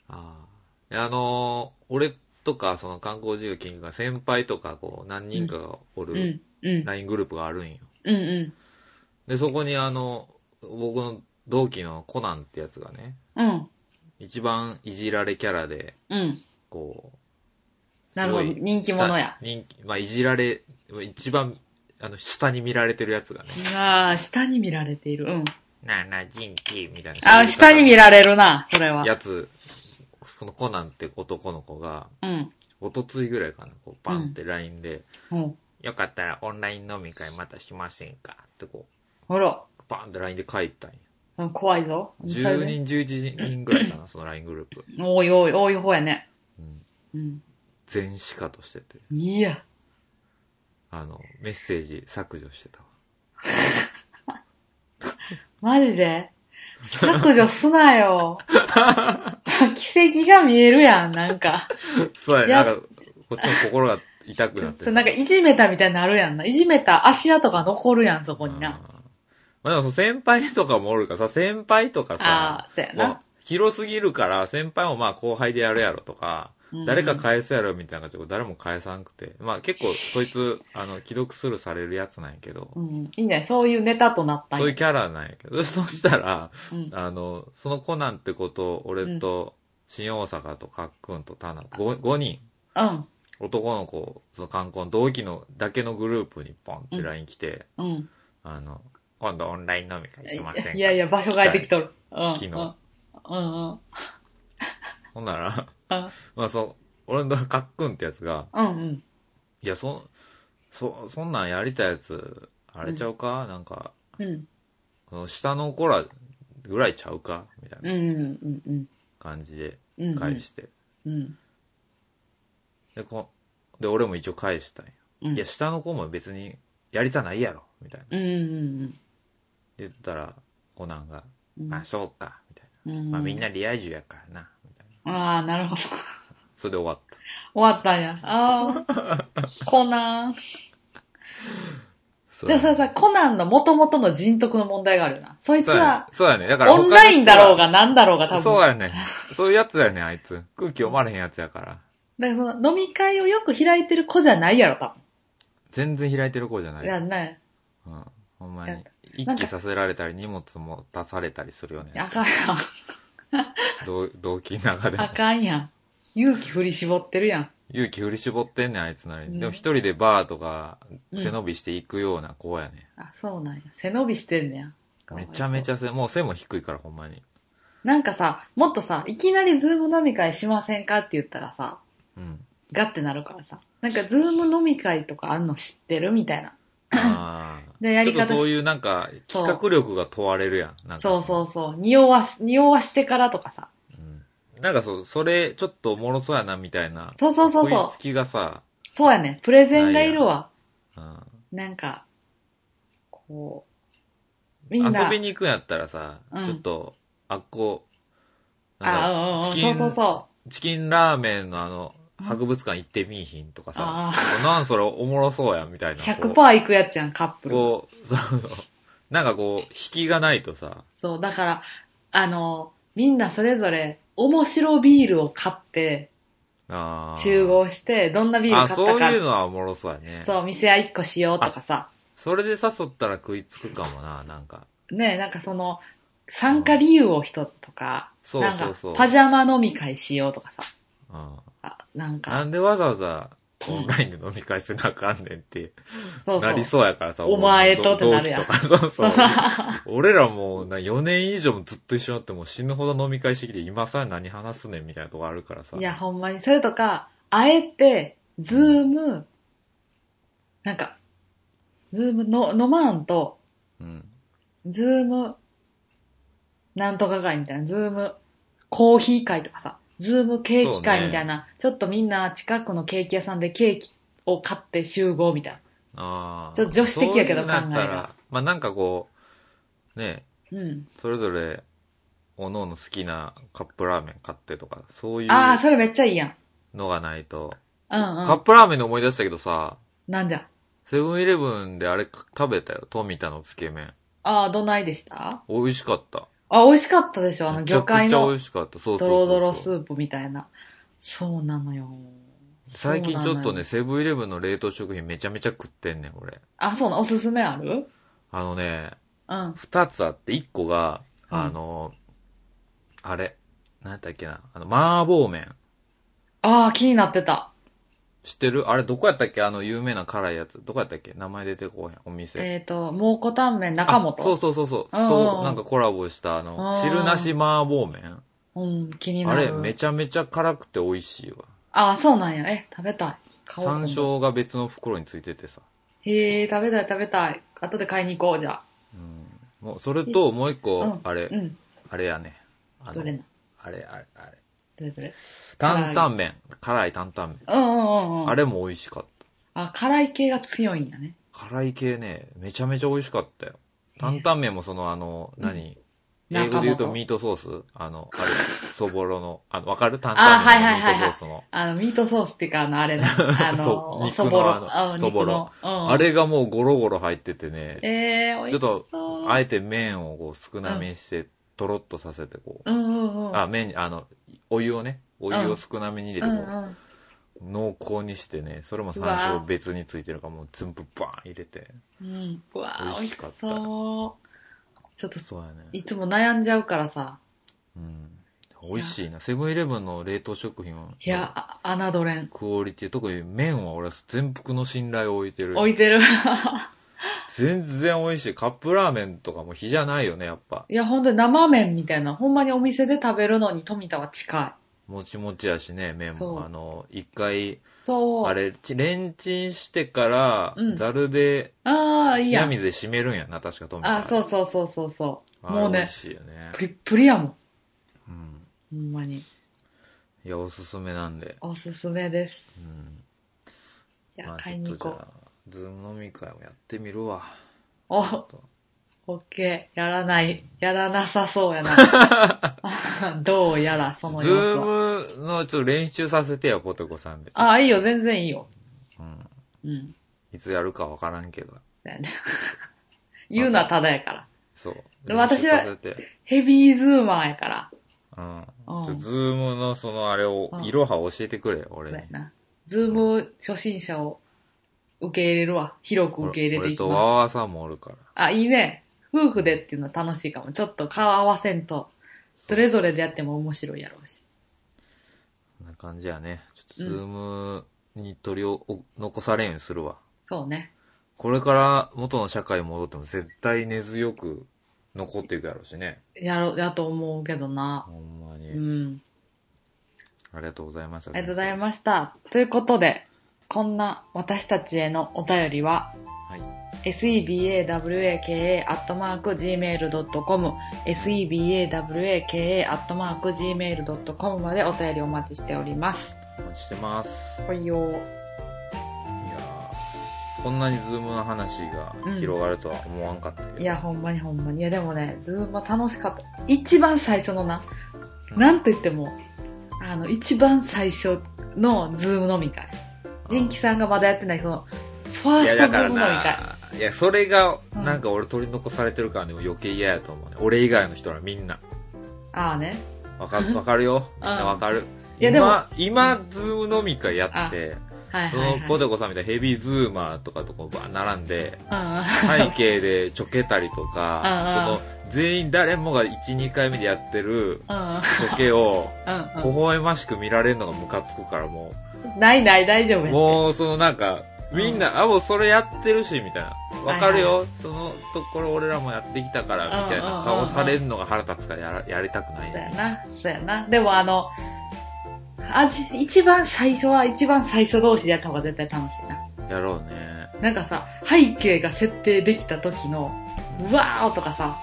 [SPEAKER 1] ああ。いやあのー俺とか、その観光事業研究が先輩とか、こう、何人かがお
[SPEAKER 2] う
[SPEAKER 1] る、
[SPEAKER 2] ん、うん、
[SPEAKER 1] LINE グループがあるんよ。
[SPEAKER 2] うん、う
[SPEAKER 1] で、そこにあの、僕の同期のコナンってやつがね、
[SPEAKER 2] ん、うん、
[SPEAKER 1] 一番いじられキャラで、
[SPEAKER 2] うん。
[SPEAKER 1] こう、
[SPEAKER 2] なるほど。
[SPEAKER 1] すごい
[SPEAKER 2] 人気者や
[SPEAKER 1] 下。人気、まあ、いじられ、一番、あの、下に見られてるやつがね、
[SPEAKER 2] ああ、下に見られている。うん。
[SPEAKER 1] なあなあ、人気、みたいな。
[SPEAKER 2] ああ、下に見られるな、それは。
[SPEAKER 1] やつ、そのコナンって男の子が、
[SPEAKER 2] うん。
[SPEAKER 1] おとついぐらいかな、こう、バンって LINE で、
[SPEAKER 2] うん。
[SPEAKER 1] よかったらオンライン飲み会またしませんかってこ
[SPEAKER 2] ほら、
[SPEAKER 1] う、バーンって LINE で書いたんや。
[SPEAKER 2] うん怖いぞ。
[SPEAKER 1] 10人、11人ぐらい (laughs) かな、その LINE グループ。
[SPEAKER 2] 多い多い、多い方やね。
[SPEAKER 1] うん
[SPEAKER 2] うん。
[SPEAKER 1] 全死化としてて、
[SPEAKER 2] いや。
[SPEAKER 1] あの、メッセージ削除してたわ。
[SPEAKER 2] マジで削除すなよ。 (laughs) 奇跡が見えるやん、なんか。
[SPEAKER 1] (laughs) そうやね、
[SPEAKER 2] いや
[SPEAKER 1] なんか、こっちの心が痛くなって
[SPEAKER 2] そうなんか、いじめたみたいになるやんな。いじめた足跡が残るやん、そこに
[SPEAKER 1] うん
[SPEAKER 2] な。
[SPEAKER 1] まあでもその先輩とかもおるからさ、先輩とか
[SPEAKER 2] あ
[SPEAKER 1] さ
[SPEAKER 2] あ、、そうや
[SPEAKER 1] もう
[SPEAKER 2] な。
[SPEAKER 1] 広すぎるから、先輩もまあ後輩でやるやろとか、
[SPEAKER 2] うん
[SPEAKER 1] 誰か返すやろみたいな感じで、誰も返さんくて。まあ結構、そいつ、あの、既読スルーされるやつなんやけど、
[SPEAKER 2] うん。いいんじゃないそういうネタとなったん
[SPEAKER 1] そう
[SPEAKER 2] や
[SPEAKER 1] いうキャラなんやけど、 (laughs) そしたら、
[SPEAKER 2] うん
[SPEAKER 1] あの、そのコナンってこと、俺と、新大阪とカックンとタナ、5, 5人、
[SPEAKER 2] うん。
[SPEAKER 1] 男の子、その観光の同期の、だけのグループにポンって LINE 来て、
[SPEAKER 2] うん。
[SPEAKER 1] あの、今度オンライン飲み会しませんか
[SPEAKER 2] いやいや、場所変えてきとる。うん。
[SPEAKER 1] 昨日
[SPEAKER 2] うん。うん。うん。
[SPEAKER 1] ほんなら、 (laughs)
[SPEAKER 2] うん
[SPEAKER 1] まあそう、俺のカックンってやつが、
[SPEAKER 2] うんうん。
[SPEAKER 1] いや、そ、そ、そんなんやりたいやつ、あれちゃうか、なんか、
[SPEAKER 2] うん。
[SPEAKER 1] この下の子らぐらいちゃうかみたい
[SPEAKER 2] うん。う。
[SPEAKER 1] なん
[SPEAKER 2] うん
[SPEAKER 1] 感じで
[SPEAKER 2] うん。うん。
[SPEAKER 1] 返して。
[SPEAKER 2] うん。
[SPEAKER 1] で、こで、俺も一応返したんや。
[SPEAKER 2] うん。
[SPEAKER 1] いや、下の子も別にやりたないやろみたいな。
[SPEAKER 2] うん。うん。
[SPEAKER 1] で言ったら、コナンが、
[SPEAKER 2] うん。
[SPEAKER 1] まあそうか、みたい
[SPEAKER 2] うん
[SPEAKER 1] な。まあみんな。リア充やからな、みたいな。
[SPEAKER 2] ああ、なるほど。
[SPEAKER 1] それで終わった。
[SPEAKER 2] 終わったんや。ああ。
[SPEAKER 1] (laughs)
[SPEAKER 2] コナン。
[SPEAKER 1] そ
[SPEAKER 2] でもさ、さ、コナンの元々の人徳の問題があるよな。そいつ
[SPEAKER 1] そうや
[SPEAKER 2] は
[SPEAKER 1] ね、。そうやね。だから
[SPEAKER 2] オンラインだろう
[SPEAKER 1] が
[SPEAKER 2] が何だろうが多分。
[SPEAKER 1] そうやね。そういうやつやね、あいつ。空気読まれへんやつやから。
[SPEAKER 2] だからその飲み会をよく開いてる子じゃないやろ、多
[SPEAKER 1] 全然開いてる子じゃない。
[SPEAKER 2] 分。いや、ない。
[SPEAKER 1] うん。ほんまに。
[SPEAKER 2] な
[SPEAKER 1] 一
[SPEAKER 2] んか
[SPEAKER 1] 気させられたり、荷物も出されたりするよね。
[SPEAKER 2] あかんや
[SPEAKER 1] 同同期の中で
[SPEAKER 2] ん。
[SPEAKER 1] も
[SPEAKER 2] あ。かんやん。勇気振り絞ってるやん。
[SPEAKER 1] 勇気振り絞ってんねん、あいつなり
[SPEAKER 2] うん
[SPEAKER 1] に。でも一人でバーとか
[SPEAKER 2] うん
[SPEAKER 1] 背伸びしていくような子やね。
[SPEAKER 2] あ、そうなんや。背伸びしてんねや。
[SPEAKER 1] めちゃめちゃ背、もう背も低いから、ほんまに。
[SPEAKER 2] なんかさ、もっとさ、いきなりズーム飲み会しませんかって言ったらさ、 (coughs)
[SPEAKER 1] うん。
[SPEAKER 2] ガッてなるからさ。なんかズーム飲み会とかあんの知ってるみたいな。
[SPEAKER 1] ああ。
[SPEAKER 2] で、や
[SPEAKER 1] ちょ
[SPEAKER 2] り
[SPEAKER 1] っと
[SPEAKER 2] 方
[SPEAKER 1] そう
[SPEAKER 2] し
[SPEAKER 1] いうなんか、
[SPEAKER 2] そう
[SPEAKER 1] 企画力が問われるやん。なんか
[SPEAKER 2] そうそうそう。匂わす、匂わしてからとかさ。
[SPEAKER 1] うん。なんかそう、それ、ちょっとおもろそうやな、みたいな。
[SPEAKER 2] そうそうそうそう
[SPEAKER 1] 食いつきがさ、
[SPEAKER 2] そうやね。プレゼンがいるわ。
[SPEAKER 1] うん。
[SPEAKER 2] なんか、こう、みんな。
[SPEAKER 1] 遊びに行くんやったらさ、
[SPEAKER 2] うん
[SPEAKER 1] ちょっと、あっこ、なんか
[SPEAKER 2] あ、うんうんうん、
[SPEAKER 1] チ
[SPEAKER 2] そ
[SPEAKER 1] キ
[SPEAKER 2] う
[SPEAKER 1] ン
[SPEAKER 2] そうそう。
[SPEAKER 1] チキンラーメンのあの、
[SPEAKER 2] うん
[SPEAKER 1] 博物館行ってみいひんとかさ、
[SPEAKER 2] あ
[SPEAKER 1] なんそれおもろそうやんみたい
[SPEAKER 2] あ、
[SPEAKER 1] な。
[SPEAKER 2] 100%
[SPEAKER 1] こ
[SPEAKER 2] 行くやつやん、カッ
[SPEAKER 1] う
[SPEAKER 2] プル。
[SPEAKER 1] こう、そうそう。なんかこう、引きがないとさ、
[SPEAKER 2] そう、だから、あの、みんなそれぞれ、面白ビールを買って、
[SPEAKER 1] あー
[SPEAKER 2] 集合して、どんなビール買
[SPEAKER 1] あ、
[SPEAKER 2] った
[SPEAKER 1] そう
[SPEAKER 2] か。
[SPEAKER 1] いうのはおもろそうやね。
[SPEAKER 2] そう、店屋1個しようとかさ。
[SPEAKER 1] それで誘ったら食いつくかもな、なんか。
[SPEAKER 2] ねなんかその、参加理由を一つとか、
[SPEAKER 1] そうそうそう
[SPEAKER 2] なんか、。パジャマ飲み会しようとかさ。
[SPEAKER 1] うん、
[SPEAKER 2] あなんか、
[SPEAKER 1] なんでわざわざ
[SPEAKER 2] うん
[SPEAKER 1] オンラインで飲み会せなあかんねんって、
[SPEAKER 2] そうそ
[SPEAKER 1] な
[SPEAKER 2] う
[SPEAKER 1] り。そうやからさ、
[SPEAKER 2] お前とってなるやん
[SPEAKER 1] 同期
[SPEAKER 2] (laughs)
[SPEAKER 1] とか、そうそう。俺らもうな4年以上もずっと一緒になってもう死ぬほど飲み会してきて、今さ何話すねんみたいなとこあるからさ。
[SPEAKER 2] いや、ほんまに。それとか、あえて、ズーム、なんか、ズームの、飲まんと、
[SPEAKER 1] うん。
[SPEAKER 2] ズーム、なんとか会みたいな、ズーム、コーヒー会とかさ、ズームケーキ会みたいな、ちょっとみんな近くのケーキ屋さんでケーキを買って集合みたい
[SPEAKER 1] ああ。
[SPEAKER 2] ちょっと女子的やけど
[SPEAKER 1] そういうのやった
[SPEAKER 2] 考
[SPEAKER 1] ら
[SPEAKER 2] えが
[SPEAKER 1] まあなんかこう、ね、
[SPEAKER 2] な。うん。
[SPEAKER 1] それぞれおのおの好きなカップラーメン買ってとか、そういう
[SPEAKER 2] ああ、それめっちゃいいやん。
[SPEAKER 1] のがないと。
[SPEAKER 2] うんう
[SPEAKER 1] カッ
[SPEAKER 2] ん。
[SPEAKER 1] プラーメンで思い出したけどさ、
[SPEAKER 2] なんじゃ。
[SPEAKER 1] セブンイレブンであれ食べたよ。富田のつけ麺。
[SPEAKER 2] ああ、どないでした
[SPEAKER 1] 美味しかった。
[SPEAKER 2] あ、美味しかったでしょあの
[SPEAKER 1] めちゃ
[SPEAKER 2] 魚
[SPEAKER 1] くちゃ
[SPEAKER 2] 介
[SPEAKER 1] 美
[SPEAKER 2] の
[SPEAKER 1] 味しかった。そうそ
[SPEAKER 2] ド
[SPEAKER 1] うそうそ
[SPEAKER 2] ロ
[SPEAKER 1] う
[SPEAKER 2] ドロスープみたいな。そうなのよ。
[SPEAKER 1] 最近ちょっとね、
[SPEAKER 2] そうなのよ。
[SPEAKER 1] セブンイレブンの冷凍食品めちゃめちゃ食ってんねん、俺。
[SPEAKER 2] あ、そうなのおすすめある
[SPEAKER 1] あのね、
[SPEAKER 2] うん。
[SPEAKER 1] 二つあって、一個が、
[SPEAKER 2] うん
[SPEAKER 1] あの、あれ、なんだっけな、あの、麻婆麺。
[SPEAKER 2] ああ、気になってた。
[SPEAKER 1] 知ってるあれ、どこやったっけあの、有名な辛いやつ。どこやったっけ名前出てこうへん、お店。
[SPEAKER 2] えっ、と、蒙古タンメン中本。
[SPEAKER 1] あそうそうそうそう。
[SPEAKER 2] うんうんうん
[SPEAKER 1] と、なんかコラボした、あ
[SPEAKER 2] う
[SPEAKER 1] の、
[SPEAKER 2] ん
[SPEAKER 1] 汁なし麻婆麺。
[SPEAKER 2] うん、気にな
[SPEAKER 1] あ
[SPEAKER 2] る。
[SPEAKER 1] れ、めちゃめちゃ辛くて美味しいわ。
[SPEAKER 2] ああ、そうなんや。え、食べたい。買おう
[SPEAKER 1] 山。椒が別の袋についててさ。
[SPEAKER 2] へえ、食べたい食べたい。後で買いに行こう、じゃあ。
[SPEAKER 1] うん。もう、それと、もう一
[SPEAKER 2] う
[SPEAKER 1] 個
[SPEAKER 2] ん、
[SPEAKER 1] あれ
[SPEAKER 2] う、ん。
[SPEAKER 1] あれやね。あの
[SPEAKER 2] どれな
[SPEAKER 1] あれ、あれ、あれ。
[SPEAKER 2] どれどれ
[SPEAKER 1] 担々麺。辛い担々麺。
[SPEAKER 2] うんうんうんうん。
[SPEAKER 1] あれも美味しかった。
[SPEAKER 2] あ、辛い系が強いんやね。
[SPEAKER 1] 辛い系ね、めちゃめちゃ美味しかったよ。担々麺もその、あの、
[SPEAKER 2] うん
[SPEAKER 1] 何英
[SPEAKER 2] 中
[SPEAKER 1] 語
[SPEAKER 2] 本
[SPEAKER 1] で言うとミートソースあの、あれ、そぼろの、あの、わかる担
[SPEAKER 2] あはい
[SPEAKER 1] 々
[SPEAKER 2] はい
[SPEAKER 1] 麺の
[SPEAKER 2] はい
[SPEAKER 1] ミー
[SPEAKER 2] はい
[SPEAKER 1] トソースの。
[SPEAKER 2] あの、ミートソースっていうか、あの、
[SPEAKER 1] (laughs)
[SPEAKER 2] あれね。あの、
[SPEAKER 1] そう
[SPEAKER 2] そぼろ
[SPEAKER 1] 肉。のあの
[SPEAKER 2] あ
[SPEAKER 1] そぼろ。
[SPEAKER 2] 肉のうん
[SPEAKER 1] あれがもうゴロゴロ入っててね、
[SPEAKER 2] えー、美味し
[SPEAKER 1] ちょっ
[SPEAKER 2] そう。
[SPEAKER 1] あえて麺をこう少なめにして、とろっとさせてこ
[SPEAKER 2] うんうんう
[SPEAKER 1] う、
[SPEAKER 2] ん。
[SPEAKER 1] あ、麺に、あの、お湯をね、お湯を少なめに入
[SPEAKER 2] うんう
[SPEAKER 1] れてこ
[SPEAKER 2] ん。
[SPEAKER 1] う、濃厚にしてね、それも山
[SPEAKER 2] う
[SPEAKER 1] 椒
[SPEAKER 2] わ
[SPEAKER 1] 別についてるから、もう全部バーン入れて。
[SPEAKER 2] うん。うわー、
[SPEAKER 1] 美
[SPEAKER 2] 美味
[SPEAKER 1] 味
[SPEAKER 2] し
[SPEAKER 1] しかった
[SPEAKER 2] そう。ちょっと、
[SPEAKER 1] そうやね。
[SPEAKER 2] いつも悩んじゃうからさ。
[SPEAKER 1] うん。美味しいな。セブンイレブンの冷凍食品はい
[SPEAKER 2] や、あ侮れん。
[SPEAKER 1] クオリティ、特に麺は俺は全幅の信頼を置いてる。
[SPEAKER 2] 置いてる。 (laughs)
[SPEAKER 1] 全然美味しい。カップラーメンとかも比じゃないよね、やっぱ。
[SPEAKER 2] いや、ほんとに生麺みたいな。ほんまにお店で食べるのに富田は近
[SPEAKER 1] もちもちやしね、麺
[SPEAKER 2] そう
[SPEAKER 1] も。あの、一回、
[SPEAKER 2] い。そう。
[SPEAKER 1] あれ、ちレンチンしてから
[SPEAKER 2] うん、
[SPEAKER 1] ざるで、
[SPEAKER 2] ああ、いい
[SPEAKER 1] 冷
[SPEAKER 2] や
[SPEAKER 1] や
[SPEAKER 2] ん。
[SPEAKER 1] 水で締めるんやな、確かトミ。
[SPEAKER 2] あ、そううそうそうそうそう。
[SPEAKER 1] あ
[SPEAKER 2] もう
[SPEAKER 1] れ美
[SPEAKER 2] ね
[SPEAKER 1] 味、しいよね。
[SPEAKER 2] プリップリやもん。
[SPEAKER 1] うん。
[SPEAKER 2] ほんまに。
[SPEAKER 1] いや、おすすめなんで。
[SPEAKER 2] おすすめで
[SPEAKER 1] う
[SPEAKER 2] す。
[SPEAKER 1] ん。
[SPEAKER 2] いや、
[SPEAKER 1] まあ
[SPEAKER 2] 買いに行こう。
[SPEAKER 1] ちょっとじゃあ、ズーム飲み会もやってみるわ。
[SPEAKER 2] お、
[SPEAKER 1] ちょっと
[SPEAKER 2] オッケー。やらない。やらなさそうやな。
[SPEAKER 1] (laughs)
[SPEAKER 2] (laughs) どうやら、その
[SPEAKER 1] ズ
[SPEAKER 2] 様子は。
[SPEAKER 1] ームのちょっと練習させてよ、ポテコさんで。
[SPEAKER 2] あ、いいよ、全然いいよ。
[SPEAKER 1] うん。
[SPEAKER 2] うん。
[SPEAKER 1] いつやるかわからんけど。
[SPEAKER 2] だよね (laughs) 言うのはただやから。
[SPEAKER 1] そう。
[SPEAKER 2] でも私は
[SPEAKER 1] 練習させて。
[SPEAKER 2] ヘビーズーマーやから。
[SPEAKER 1] うん。
[SPEAKER 2] うん
[SPEAKER 1] ちょズームのそのあれを
[SPEAKER 2] う、ん
[SPEAKER 1] いろはを教えてくれよ、俺
[SPEAKER 2] そう
[SPEAKER 1] に
[SPEAKER 2] や。な。ズーム初心者を受け入れるわ。広く受け入れてい
[SPEAKER 1] 俺
[SPEAKER 2] き
[SPEAKER 1] と
[SPEAKER 2] ます。
[SPEAKER 1] わわさんもおるから。
[SPEAKER 2] あ、いいね。夫婦でっていうのは楽しいかも。ちょっと顔合わせんと、それぞれでやっても面白いやろうし。
[SPEAKER 1] こんな感じやね。ちょっと
[SPEAKER 2] う
[SPEAKER 1] ズ
[SPEAKER 2] ん
[SPEAKER 1] ームに取りお、お残されんようにするわ。
[SPEAKER 2] そうね。
[SPEAKER 1] これから元の社会に戻っても絶対根強く残っていくやろうしね。
[SPEAKER 2] やろ、やと思うけどな。
[SPEAKER 1] ほんまに。
[SPEAKER 2] うん。
[SPEAKER 1] ありがとうございました。
[SPEAKER 2] ありがとうございました。ということで、こんな私たちへのお便りは、
[SPEAKER 1] はい
[SPEAKER 2] sebawaka.gmail.com、sebawaka.gmail.com までお便りお待ちしております。
[SPEAKER 1] お待ちしてます。
[SPEAKER 2] ほいよ
[SPEAKER 1] いやーこんなにズームの話が広がるとは思わんかったけど、
[SPEAKER 2] いや、ほんまにほんまに。いや、でもね、ズームは楽しかった。一番最初のな、
[SPEAKER 1] うん
[SPEAKER 2] なんと言っても、あの、一番最初のズーム飲み会。ジンキさんがまだやってない、 (laughs) その、ファー
[SPEAKER 1] いや
[SPEAKER 2] スト
[SPEAKER 1] だ
[SPEAKER 2] ズ
[SPEAKER 1] か
[SPEAKER 2] ー
[SPEAKER 1] ら
[SPEAKER 2] ム飲み会。
[SPEAKER 1] ないやそれが
[SPEAKER 2] うん
[SPEAKER 1] なんか俺取り残されてるからでも余計嫌やと思うね俺以外の人らみんな
[SPEAKER 2] ああね。
[SPEAKER 1] わかわかるよみんなわかる、
[SPEAKER 2] いやでも
[SPEAKER 1] 今今ズーム飲み会やって、
[SPEAKER 2] はい
[SPEAKER 1] そ
[SPEAKER 2] はい、はい。
[SPEAKER 1] のポテコさんみたいなヘビーズーマーとかとこうバーン並んで
[SPEAKER 2] うん
[SPEAKER 1] 背景でちょけたりと
[SPEAKER 2] うんうん
[SPEAKER 1] かその全員誰もが12回目でやってる
[SPEAKER 2] うん。
[SPEAKER 1] ちょけを
[SPEAKER 2] うん
[SPEAKER 1] 微笑ましく見られるのがムカつくからもう
[SPEAKER 2] うん。ないない、大丈夫や。
[SPEAKER 1] もう、そのなんか、みんな、あ、もうそれやってるし、みたいな。わかるよ、そのところ俺らもやってきたから、みたい
[SPEAKER 2] うんうんうんう
[SPEAKER 1] なん顔されるのが腹立つからやらやりたくない
[SPEAKER 2] そうや
[SPEAKER 1] ね。
[SPEAKER 2] な。そうやな。でもあの、味、一番最初は一番最初同士でやった方が絶対楽しいな。
[SPEAKER 1] やろうね。
[SPEAKER 2] なんかさ、背景が設定できた時の、うわーとかさ、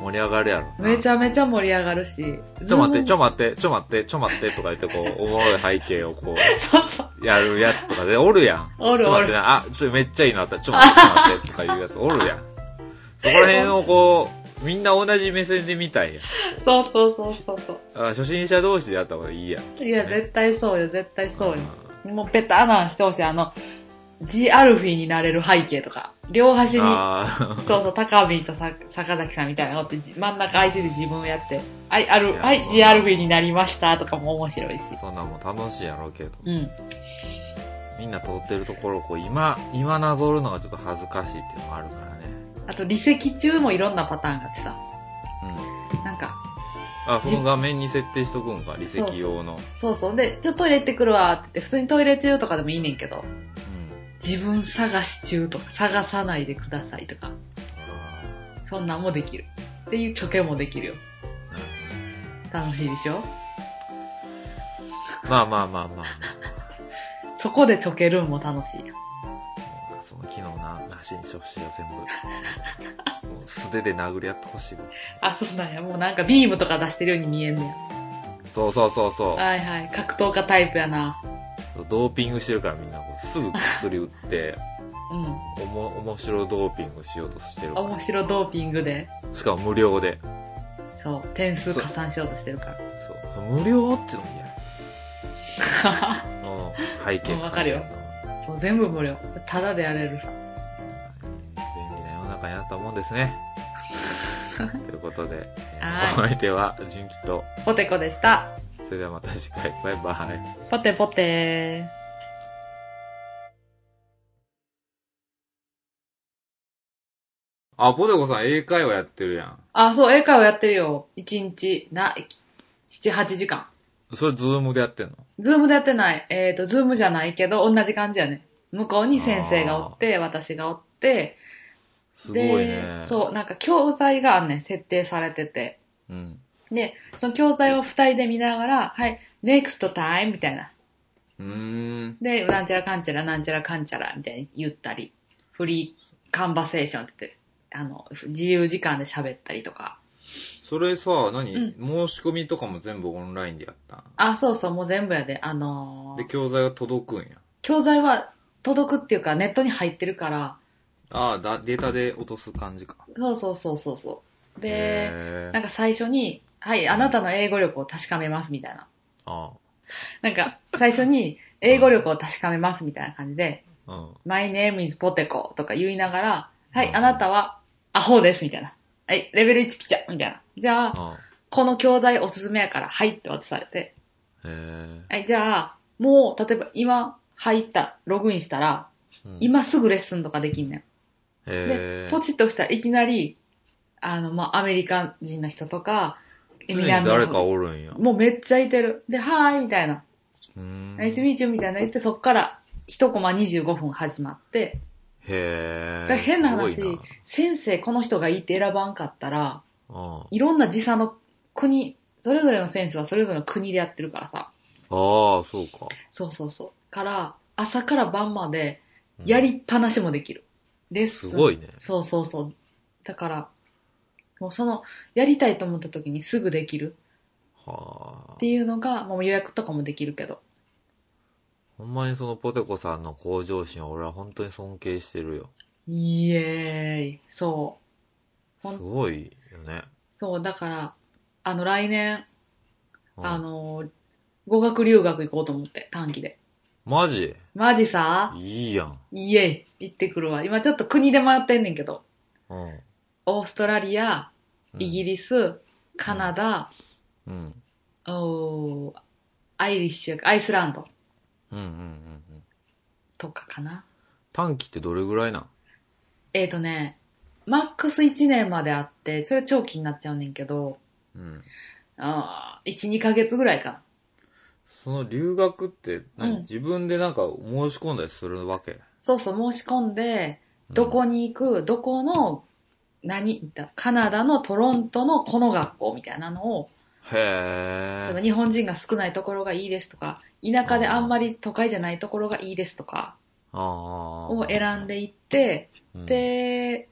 [SPEAKER 1] 盛り上がるやろな。
[SPEAKER 2] めちゃめちゃ盛り上がるし。
[SPEAKER 1] ちょ待って、ち
[SPEAKER 2] ょ、
[SPEAKER 1] ょ待って、ちょ待って、ちょ待ってとか言ってこう、おもろい背景をこ
[SPEAKER 2] そうそう。
[SPEAKER 1] う、やるやつとかで (laughs) おるやん。
[SPEAKER 2] (laughs) お
[SPEAKER 1] ち
[SPEAKER 2] る
[SPEAKER 1] ょ
[SPEAKER 2] お
[SPEAKER 1] 待って
[SPEAKER 2] る。
[SPEAKER 1] な、あ、ちょめっちゃいいのあった、ちょ待って、ちょ待ってとかいうやつおるやん。そこら辺をこう、みんな同じ目線で見たんや。
[SPEAKER 2] そうそうそうそうそ
[SPEAKER 1] あ初心者同士であった方がいいやん。
[SPEAKER 2] う。いや、
[SPEAKER 1] ね
[SPEAKER 2] 絶対そうよ、絶対そうよ。もうベタなんしてほしい。あの、G アルフィーになれる背景とか、両端に、
[SPEAKER 1] あー
[SPEAKER 2] そうそう、高見とさ坂崎さんみたいなのって、じ真ん中相手で自分をやって、はい、あ
[SPEAKER 1] い
[SPEAKER 2] る、
[SPEAKER 1] や
[SPEAKER 2] はい
[SPEAKER 1] そ、う
[SPEAKER 2] G アルフィーになりましたとかも面白いし。
[SPEAKER 1] そんなんもう楽しいやろうけど。
[SPEAKER 2] うん。
[SPEAKER 1] みんな通ってるところをこう今、今なぞるのがちょっと恥ずかしいっていうのもあるからね。
[SPEAKER 2] あと、離席中もいろんなパターンがあってさ、
[SPEAKER 1] うん。
[SPEAKER 2] なんか、
[SPEAKER 1] あ、その画面に設定しとくんか、離席用の。
[SPEAKER 2] そうそう、で、ちょっとトイレ行ってくるわって言って、普通にトイレ中とかでもいいねんけど、
[SPEAKER 1] うん。
[SPEAKER 2] 自分探し中とか、探さないでくださいとか、
[SPEAKER 1] あ
[SPEAKER 2] そんなんもできる。っていうチョケもできるよ。
[SPEAKER 1] ーなるほど
[SPEAKER 2] 楽しいでしょ
[SPEAKER 1] まあまあまあまあ、ま
[SPEAKER 2] そこでチョケるんも楽しいよ。
[SPEAKER 1] あ、その機能な、なしにしてほしいよ、全部。もう素手で殴り合ってほしいわ。
[SPEAKER 2] あ、そうなんや。もうなんかビームとか出してるように見えんね
[SPEAKER 1] そうそうそうそ
[SPEAKER 2] や。はいはい。格闘家タイプやな。
[SPEAKER 1] う。ドーピングしてるからみんなこうすぐ薬打 (laughs) って、
[SPEAKER 2] うん。
[SPEAKER 1] おも、面白ドーピングしようとしてるから
[SPEAKER 2] 面白ドーピングで、
[SPEAKER 1] しかも無料で。
[SPEAKER 2] そう、点数加算しようとしてるから。
[SPEAKER 1] そう。無料ってのも嫌。うん。背景
[SPEAKER 2] うんわかるよ
[SPEAKER 1] 関係ないな
[SPEAKER 2] (laughs) そう、全部無料。ただでやれるさ。
[SPEAKER 1] 便利な世の中になったもんです
[SPEAKER 2] (laughs)
[SPEAKER 1] ね。ということで、え
[SPEAKER 2] は
[SPEAKER 1] ー
[SPEAKER 2] い
[SPEAKER 1] お相手は純喜と、
[SPEAKER 2] ポテコでした。
[SPEAKER 1] それではまた次回、バイバイ。
[SPEAKER 2] ポテポテー。
[SPEAKER 1] あ、ポテコさん英会話やってるやん。
[SPEAKER 2] あ、そう、英会話やってるよ。1日、な、7、8時間。
[SPEAKER 1] それズームでやってんの
[SPEAKER 2] ズームでやってない。えっ、と、ズームじゃないけど、同じ感じやね。向こうに先生がおって、私がおって、
[SPEAKER 1] すごいね
[SPEAKER 2] で、。そう、なんか教材があんねん、設定されてて。
[SPEAKER 1] う。ん。
[SPEAKER 2] で、その教材を二人で見ながら、はい、next time みたいな。
[SPEAKER 1] うーん。
[SPEAKER 2] で、なんちゃらかんちゃら、なんちゃらかんちゃら、みたいに言ったり、フリーカンバセーションって言って、あの、自由時間で喋ったりとか。
[SPEAKER 1] それさ、何、
[SPEAKER 2] うん
[SPEAKER 1] 申し込みとかも全部オンラインでやったん
[SPEAKER 2] あ、そうそう、もう全部やで、あのー
[SPEAKER 1] で、教材が届くんや。
[SPEAKER 2] 教材は届くっていうかネットに入ってるから、
[SPEAKER 1] ああ、だデータで落とす感じか。
[SPEAKER 2] そうそうそうそうそう。で、
[SPEAKER 1] へ
[SPEAKER 2] なん
[SPEAKER 1] ー
[SPEAKER 2] か最初に、はい、あなたの英語力を確かめますみたいな。
[SPEAKER 1] あ
[SPEAKER 2] なんか最初に英語力を確かめますみたいな感じで、
[SPEAKER 1] あ。うん。
[SPEAKER 2] my name is potato とか言いながら、は
[SPEAKER 1] う
[SPEAKER 2] い、
[SPEAKER 1] ん
[SPEAKER 2] あなたはアホですみたいな。はい、レベル1ピッチャーみたいな。じゃあ、
[SPEAKER 1] あ
[SPEAKER 2] この教材おすすめやから、はいって渡されて、
[SPEAKER 1] へえ。
[SPEAKER 2] はい、じゃあ、もう、例えば今入った、ログインしたら、
[SPEAKER 1] うん、
[SPEAKER 2] 今すぐレッスンとかできんねん。
[SPEAKER 1] へ
[SPEAKER 2] で
[SPEAKER 1] え、。
[SPEAKER 2] ポチッとしたらいきなり、あの、まあ、アメリカ人の人とか、
[SPEAKER 1] 常に誰かおるんや。
[SPEAKER 2] もうめっちゃいてる。で、はーいみたいな。
[SPEAKER 1] うーん。
[SPEAKER 2] ナイトミーチューみたいな言って、そっから1コマ25分始まって、
[SPEAKER 1] へ
[SPEAKER 2] だ
[SPEAKER 1] え。
[SPEAKER 2] から変な話
[SPEAKER 1] すごいな
[SPEAKER 2] 先生この人がいいって選ばんかったら、
[SPEAKER 1] うん。あ
[SPEAKER 2] いろんな時差の国、それぞれの先生はそれぞれの国でやってるからさ。
[SPEAKER 1] あ、そうか。
[SPEAKER 2] そうそうそう。から、朝から晩まで
[SPEAKER 1] うん
[SPEAKER 2] やりっぱなしもできる。レッスン。
[SPEAKER 1] すごいね。
[SPEAKER 2] そうそうそう。だから、もうその、やりたいと思った時にすぐできる
[SPEAKER 1] はあ
[SPEAKER 2] って。いうのが、もう予約とかもできるけど。
[SPEAKER 1] ほんまにそのポテコさんの向上心を俺は本当に尊敬してるよ。
[SPEAKER 2] イエーイ。そう。ほん
[SPEAKER 1] すごいよね。
[SPEAKER 2] そう、だから、あの、来年、
[SPEAKER 1] うん
[SPEAKER 2] あのー、語学留学行こうと思って、短期で。
[SPEAKER 1] マジ
[SPEAKER 2] マジさ、
[SPEAKER 1] いいやん。
[SPEAKER 2] イエーイ。行ってくるわ。今ちょっと国で迷ってんねんけど。
[SPEAKER 1] うん。
[SPEAKER 2] オーストラリア、イギ
[SPEAKER 1] リ
[SPEAKER 2] リス、カナダ、
[SPEAKER 1] うん。うん
[SPEAKER 2] おーアイリッシュ、アイスランド
[SPEAKER 1] うんうんうん。
[SPEAKER 2] とかかな。
[SPEAKER 1] 短期ってどれぐらいなん
[SPEAKER 2] えーとね、マックス1年まであって、それ長期になっちゃうねんけど、
[SPEAKER 1] うん。
[SPEAKER 2] あー1、2ヶ月ぐらいかな。
[SPEAKER 1] その留学って何、
[SPEAKER 2] うん
[SPEAKER 1] 自分でなんか申し込んだりするわけ
[SPEAKER 2] そうそう、申し込んで、どこに行く、どこの、何、カナダのトロントのこの学校みたいなのを、例え
[SPEAKER 1] へ
[SPEAKER 2] ば
[SPEAKER 1] え。
[SPEAKER 2] 日本人が少ないところがいいですとか、田舎であんまり都会じゃないところがいいですとか、
[SPEAKER 1] ああ。
[SPEAKER 2] を選んでいって、
[SPEAKER 1] うん、
[SPEAKER 2] で、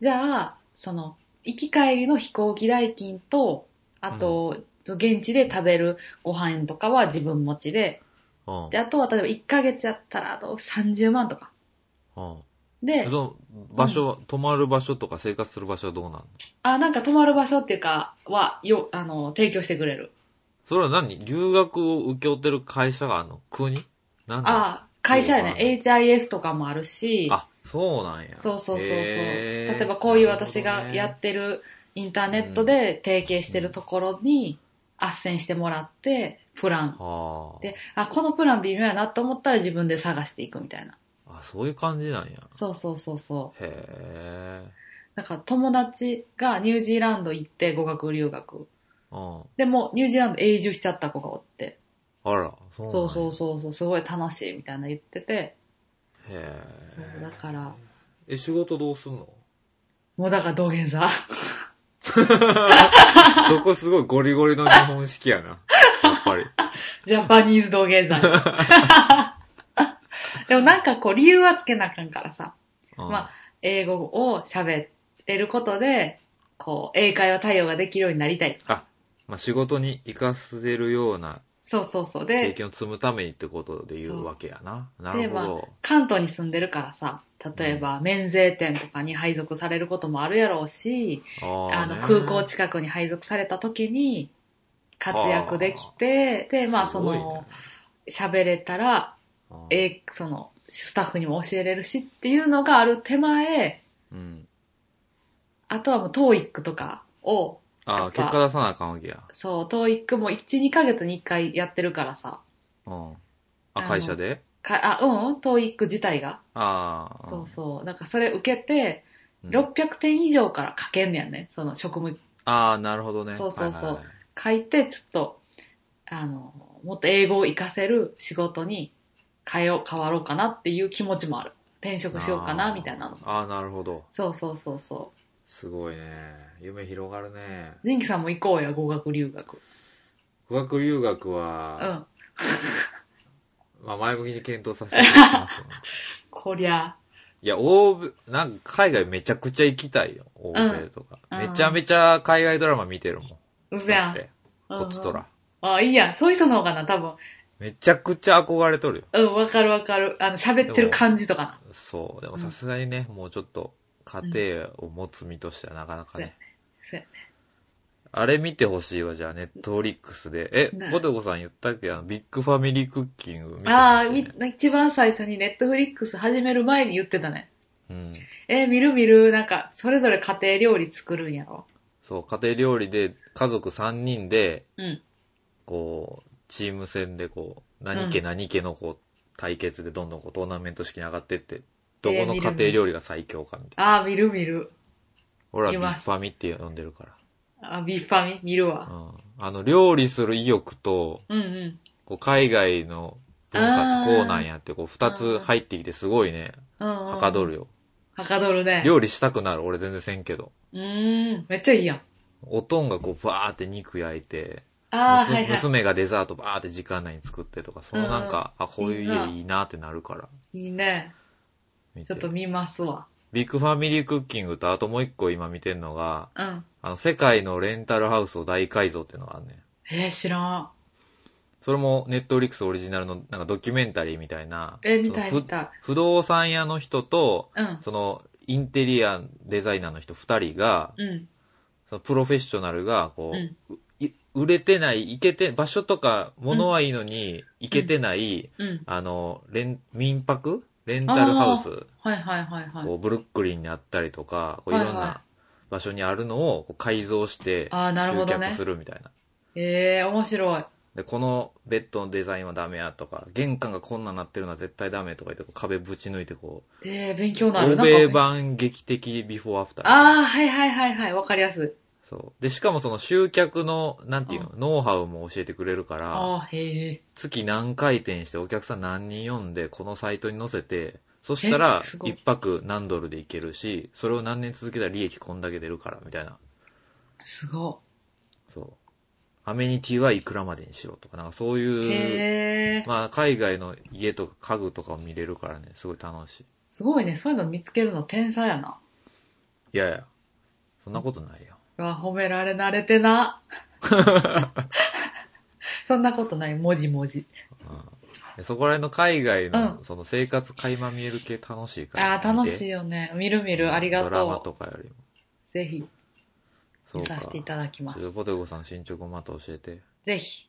[SPEAKER 2] じゃあ、その、行き帰りの飛行機代金と、あと、現地で食べるご飯とかは自分持ちで、
[SPEAKER 1] うん、
[SPEAKER 2] で、あとは例えば1ヶ月やったら、あと30万とか
[SPEAKER 1] うん。
[SPEAKER 2] で、
[SPEAKER 1] その場所は、泊まる場所とか生活する場所はどうなんの
[SPEAKER 2] あ、なんか泊まる場所っていうか、は、よ、あの、提供してくれる。
[SPEAKER 1] それは何留学を請け負ってる会社があんの国なんだ
[SPEAKER 2] あ、会社やね
[SPEAKER 1] そう。
[SPEAKER 2] HIS とかもあるし、
[SPEAKER 1] あ、そうなんや。
[SPEAKER 2] そうそうそうそう。
[SPEAKER 1] へー
[SPEAKER 2] 例えばこういう私がや
[SPEAKER 1] なる
[SPEAKER 2] ってるインターネットで提携してるところに、斡旋してもらって、プラン。
[SPEAKER 1] ほどね
[SPEAKER 2] で、あ、このプラン微妙やなと思ったら自分で探していくみたいな。
[SPEAKER 1] はあ。あ、そういう感じなんや。
[SPEAKER 2] そうそうそうそう。
[SPEAKER 1] へえ。
[SPEAKER 2] だから友達がニュージーランド行って語学留学。
[SPEAKER 1] うん。
[SPEAKER 2] でもニュージーランド永住しちゃった子がおって。
[SPEAKER 1] あら、そうなんや
[SPEAKER 2] そうそうそうそう、すごい楽しいみたいな言ってて。
[SPEAKER 1] へ
[SPEAKER 2] そう、
[SPEAKER 1] え。
[SPEAKER 2] だから、
[SPEAKER 1] え、仕事どうすんの (laughs)
[SPEAKER 2] もうだから道玄座。
[SPEAKER 1] そこすごいゴリゴリの日本式やな。やっぱり。
[SPEAKER 2] (laughs) ジャパニーズ道玄座。 (laughs) でもなんかこう理由はつけなあかんからさ、
[SPEAKER 1] うん
[SPEAKER 2] (laughs) まあ英語を喋ってることで、こう、英会話対応ができるようになりたい。
[SPEAKER 1] まあ仕事に活かせるような
[SPEAKER 2] そうそうそう。
[SPEAKER 1] 経
[SPEAKER 2] で、
[SPEAKER 1] 験を積むためにってことで言
[SPEAKER 2] そうう
[SPEAKER 1] わけやな。なるほ
[SPEAKER 2] で
[SPEAKER 1] ど。
[SPEAKER 2] 関東に住んでるからさ、例えば免税店とかに配属されることもあるやろうし、あ
[SPEAKER 1] あ
[SPEAKER 2] の
[SPEAKER 1] ー
[SPEAKER 2] 空港近くに配属された時に活躍できて、で、まあそ、
[SPEAKER 1] ねすごい
[SPEAKER 2] の
[SPEAKER 1] ね、
[SPEAKER 2] 喋れたら、
[SPEAKER 1] あー
[SPEAKER 2] え、その、スタッフにも教えれるしっていうのがある手前、
[SPEAKER 1] うん。
[SPEAKER 2] あとはもう TOEIC とかを、
[SPEAKER 1] あ
[SPEAKER 2] や
[SPEAKER 1] あ、
[SPEAKER 2] っぱ
[SPEAKER 1] 結果出さなあかんわけや。
[SPEAKER 2] そう、TOEIC も1、2ヶ月に1回やってるからさ、
[SPEAKER 1] うん。
[SPEAKER 2] あ
[SPEAKER 1] あ、
[SPEAKER 2] の
[SPEAKER 1] 会社で
[SPEAKER 2] かあ、うん、TOEIC 自体が。
[SPEAKER 1] ああ。
[SPEAKER 2] そうそう。だからそれ受けて、
[SPEAKER 1] うん。
[SPEAKER 2] 600点以上から書けんねやんね。その職務
[SPEAKER 1] ああ、なるほどね。
[SPEAKER 2] そうそうそう
[SPEAKER 1] はいはいはい
[SPEAKER 2] 書いて、ちょっと、あの、もっと英語を活かせる仕事に変えよう、変わろうかなっていう気持ちもある。転職しようか
[SPEAKER 1] あ
[SPEAKER 2] な、
[SPEAKER 1] ー
[SPEAKER 2] みたいなの。
[SPEAKER 1] ああ、なるほど。
[SPEAKER 2] そうそうそうそ
[SPEAKER 1] すごいね。夢広がるね。
[SPEAKER 2] う。仁義さんも行こうや、語学留学。
[SPEAKER 1] 語学留学
[SPEAKER 2] う
[SPEAKER 1] は、
[SPEAKER 2] ん。
[SPEAKER 1] まあ前向きに検討させていただきます。
[SPEAKER 2] (laughs) こりゃ、
[SPEAKER 1] いや、欧米、なんか海外めちゃくちゃ行きたいよ。欧米とか。
[SPEAKER 2] うん
[SPEAKER 1] めちゃめちゃ海外ドラマ見てるもん。
[SPEAKER 2] うせや
[SPEAKER 1] だっ
[SPEAKER 2] ん。
[SPEAKER 1] て、こっちとら。
[SPEAKER 2] うんうん。あ、いいやん。そういう人の方がな、多分。
[SPEAKER 1] めちゃくちゃ憧れとるよ。
[SPEAKER 2] うん、わかるわかる。あの、喋ってる感じとかな。
[SPEAKER 1] そう。でも
[SPEAKER 2] うん
[SPEAKER 1] さすがにね、もうちょっと家庭を持つ身としてはなかなかね。
[SPEAKER 2] そうやね
[SPEAKER 1] あれ見てほしいわ、じゃあ、ネットフリックスで。え、
[SPEAKER 2] ね
[SPEAKER 1] ゴテゴさん言ったっけあのビッグファミリークッキング見てほしいね
[SPEAKER 2] ああ、み、一番最初にネットフリックス始める前に言ってたね。
[SPEAKER 1] うん。
[SPEAKER 2] えー見る見る、なんか、それぞれ家庭料理作るんやろ。
[SPEAKER 1] そう、家庭料理で家族3人で、
[SPEAKER 2] うん。
[SPEAKER 1] こう、チーム戦でこう、何家
[SPEAKER 2] うん
[SPEAKER 1] 何家のこう、対決でどんどんこうトーナメント式に上がってって、どこの
[SPEAKER 2] えー見
[SPEAKER 1] 家
[SPEAKER 2] るね
[SPEAKER 1] 庭料理が最強かみたいな。
[SPEAKER 2] ああ、見る見る。
[SPEAKER 1] 俺はビ
[SPEAKER 2] 見ます
[SPEAKER 1] ッファミって呼んでるか
[SPEAKER 2] あビーファミ見る
[SPEAKER 1] ら。
[SPEAKER 2] わ。
[SPEAKER 1] うん。あの、料理する意欲と、
[SPEAKER 2] うんうん。
[SPEAKER 1] こう、海外の文化ってこうなんやって、こう、二つ入ってきてすごいね、
[SPEAKER 2] うん、うん。
[SPEAKER 1] はかどる
[SPEAKER 2] よ。
[SPEAKER 1] よ。
[SPEAKER 2] はかどるね。
[SPEAKER 1] 料理したくなる、俺全然せんけど。
[SPEAKER 2] うーん。めっちゃいいやん。
[SPEAKER 1] おとんがこう、バーって肉焼いて、
[SPEAKER 2] ああ、
[SPEAKER 1] 娘
[SPEAKER 2] はいは
[SPEAKER 1] 娘がデザートバーって時間内に作ってとか、そのなんか、あ、こういう家いいなってなるから。
[SPEAKER 2] い。いいね。
[SPEAKER 1] 見
[SPEAKER 2] ち
[SPEAKER 1] て
[SPEAKER 2] ょっと見ますわ。
[SPEAKER 1] ビッグファミリークッキングと、あともう一個今見てんのが、
[SPEAKER 2] うん。
[SPEAKER 1] あの、世界のレンタルハウスを大改造っていうのがあるね。
[SPEAKER 2] えー、知らん。
[SPEAKER 1] それも、ネットフリックスオリジナルの、なんかドキュメンタリーみたいな。
[SPEAKER 2] えー見たい
[SPEAKER 1] そのふ
[SPEAKER 2] 見たい
[SPEAKER 1] 不動産屋の人と、
[SPEAKER 2] うん。
[SPEAKER 1] その、インテリアデザイナーの人二人が、
[SPEAKER 2] うん。
[SPEAKER 1] そのプロフェッショナルが、こう、
[SPEAKER 2] うん
[SPEAKER 1] い売れてない、行けて、場所とか、物はいいのに、行けてない、
[SPEAKER 2] うん。
[SPEAKER 1] あの、レン、民泊レンタルハウス。
[SPEAKER 2] はいはいはいはい。
[SPEAKER 1] こうブルックリンにあったりとか、こうい
[SPEAKER 2] はい
[SPEAKER 1] ろん
[SPEAKER 2] はい
[SPEAKER 1] な場所にあるのをこう改造して、
[SPEAKER 2] あーなるほどね
[SPEAKER 1] するみたいな。
[SPEAKER 2] ええー、面白い。
[SPEAKER 1] で、このベッドのデザインはダメやとか、玄関がこんなんなってるのは絶対ダメとか言って、こう壁ぶち抜いてこう、
[SPEAKER 2] ええー、勉強になる
[SPEAKER 1] 欧
[SPEAKER 2] な。
[SPEAKER 1] 米
[SPEAKER 2] これ
[SPEAKER 1] 版劇的ビフォーアフター。
[SPEAKER 2] ああ、はいはいはいはい。わかりやすい。
[SPEAKER 1] そう。で、しかもその集客の、なんていうの、ノウハウも教えてくれるから、
[SPEAKER 2] ああー、へえ。
[SPEAKER 1] 月何回転してお客さん何人呼んで、このサイトに載せて、そしたら
[SPEAKER 2] えす、ごい
[SPEAKER 1] 一泊何ドルでいけるし、それを何年続けたら利益こんだけ出るから、みたいな。
[SPEAKER 2] すご
[SPEAKER 1] そう。アメニティはいくらまでにしろとか、なんかそう
[SPEAKER 2] い。
[SPEAKER 1] いう、
[SPEAKER 2] へえ。
[SPEAKER 1] まあ海外の家とか家具とかを見れるからね、すごい楽しい。
[SPEAKER 2] すごいね。そういうの見つけるの天才やな。
[SPEAKER 1] いやいや、そんなことないよ。
[SPEAKER 2] うわ、褒められ慣れて
[SPEAKER 1] (laughs)
[SPEAKER 2] な。そんなことない。もじもじ。
[SPEAKER 1] うん。そこら辺の海外
[SPEAKER 2] う
[SPEAKER 1] の、その生活垣間見える系楽しいから、
[SPEAKER 2] ああ、楽しい
[SPEAKER 1] い。
[SPEAKER 2] よね。見る見る、ありが
[SPEAKER 1] ドラマ
[SPEAKER 2] と
[SPEAKER 1] とかよりも。
[SPEAKER 2] う。ぜひ、
[SPEAKER 1] そう
[SPEAKER 2] 見
[SPEAKER 1] か。
[SPEAKER 2] させていただきます
[SPEAKER 1] ちょっ。とポテゴさん進捗をまた教えて。
[SPEAKER 2] ぜひ。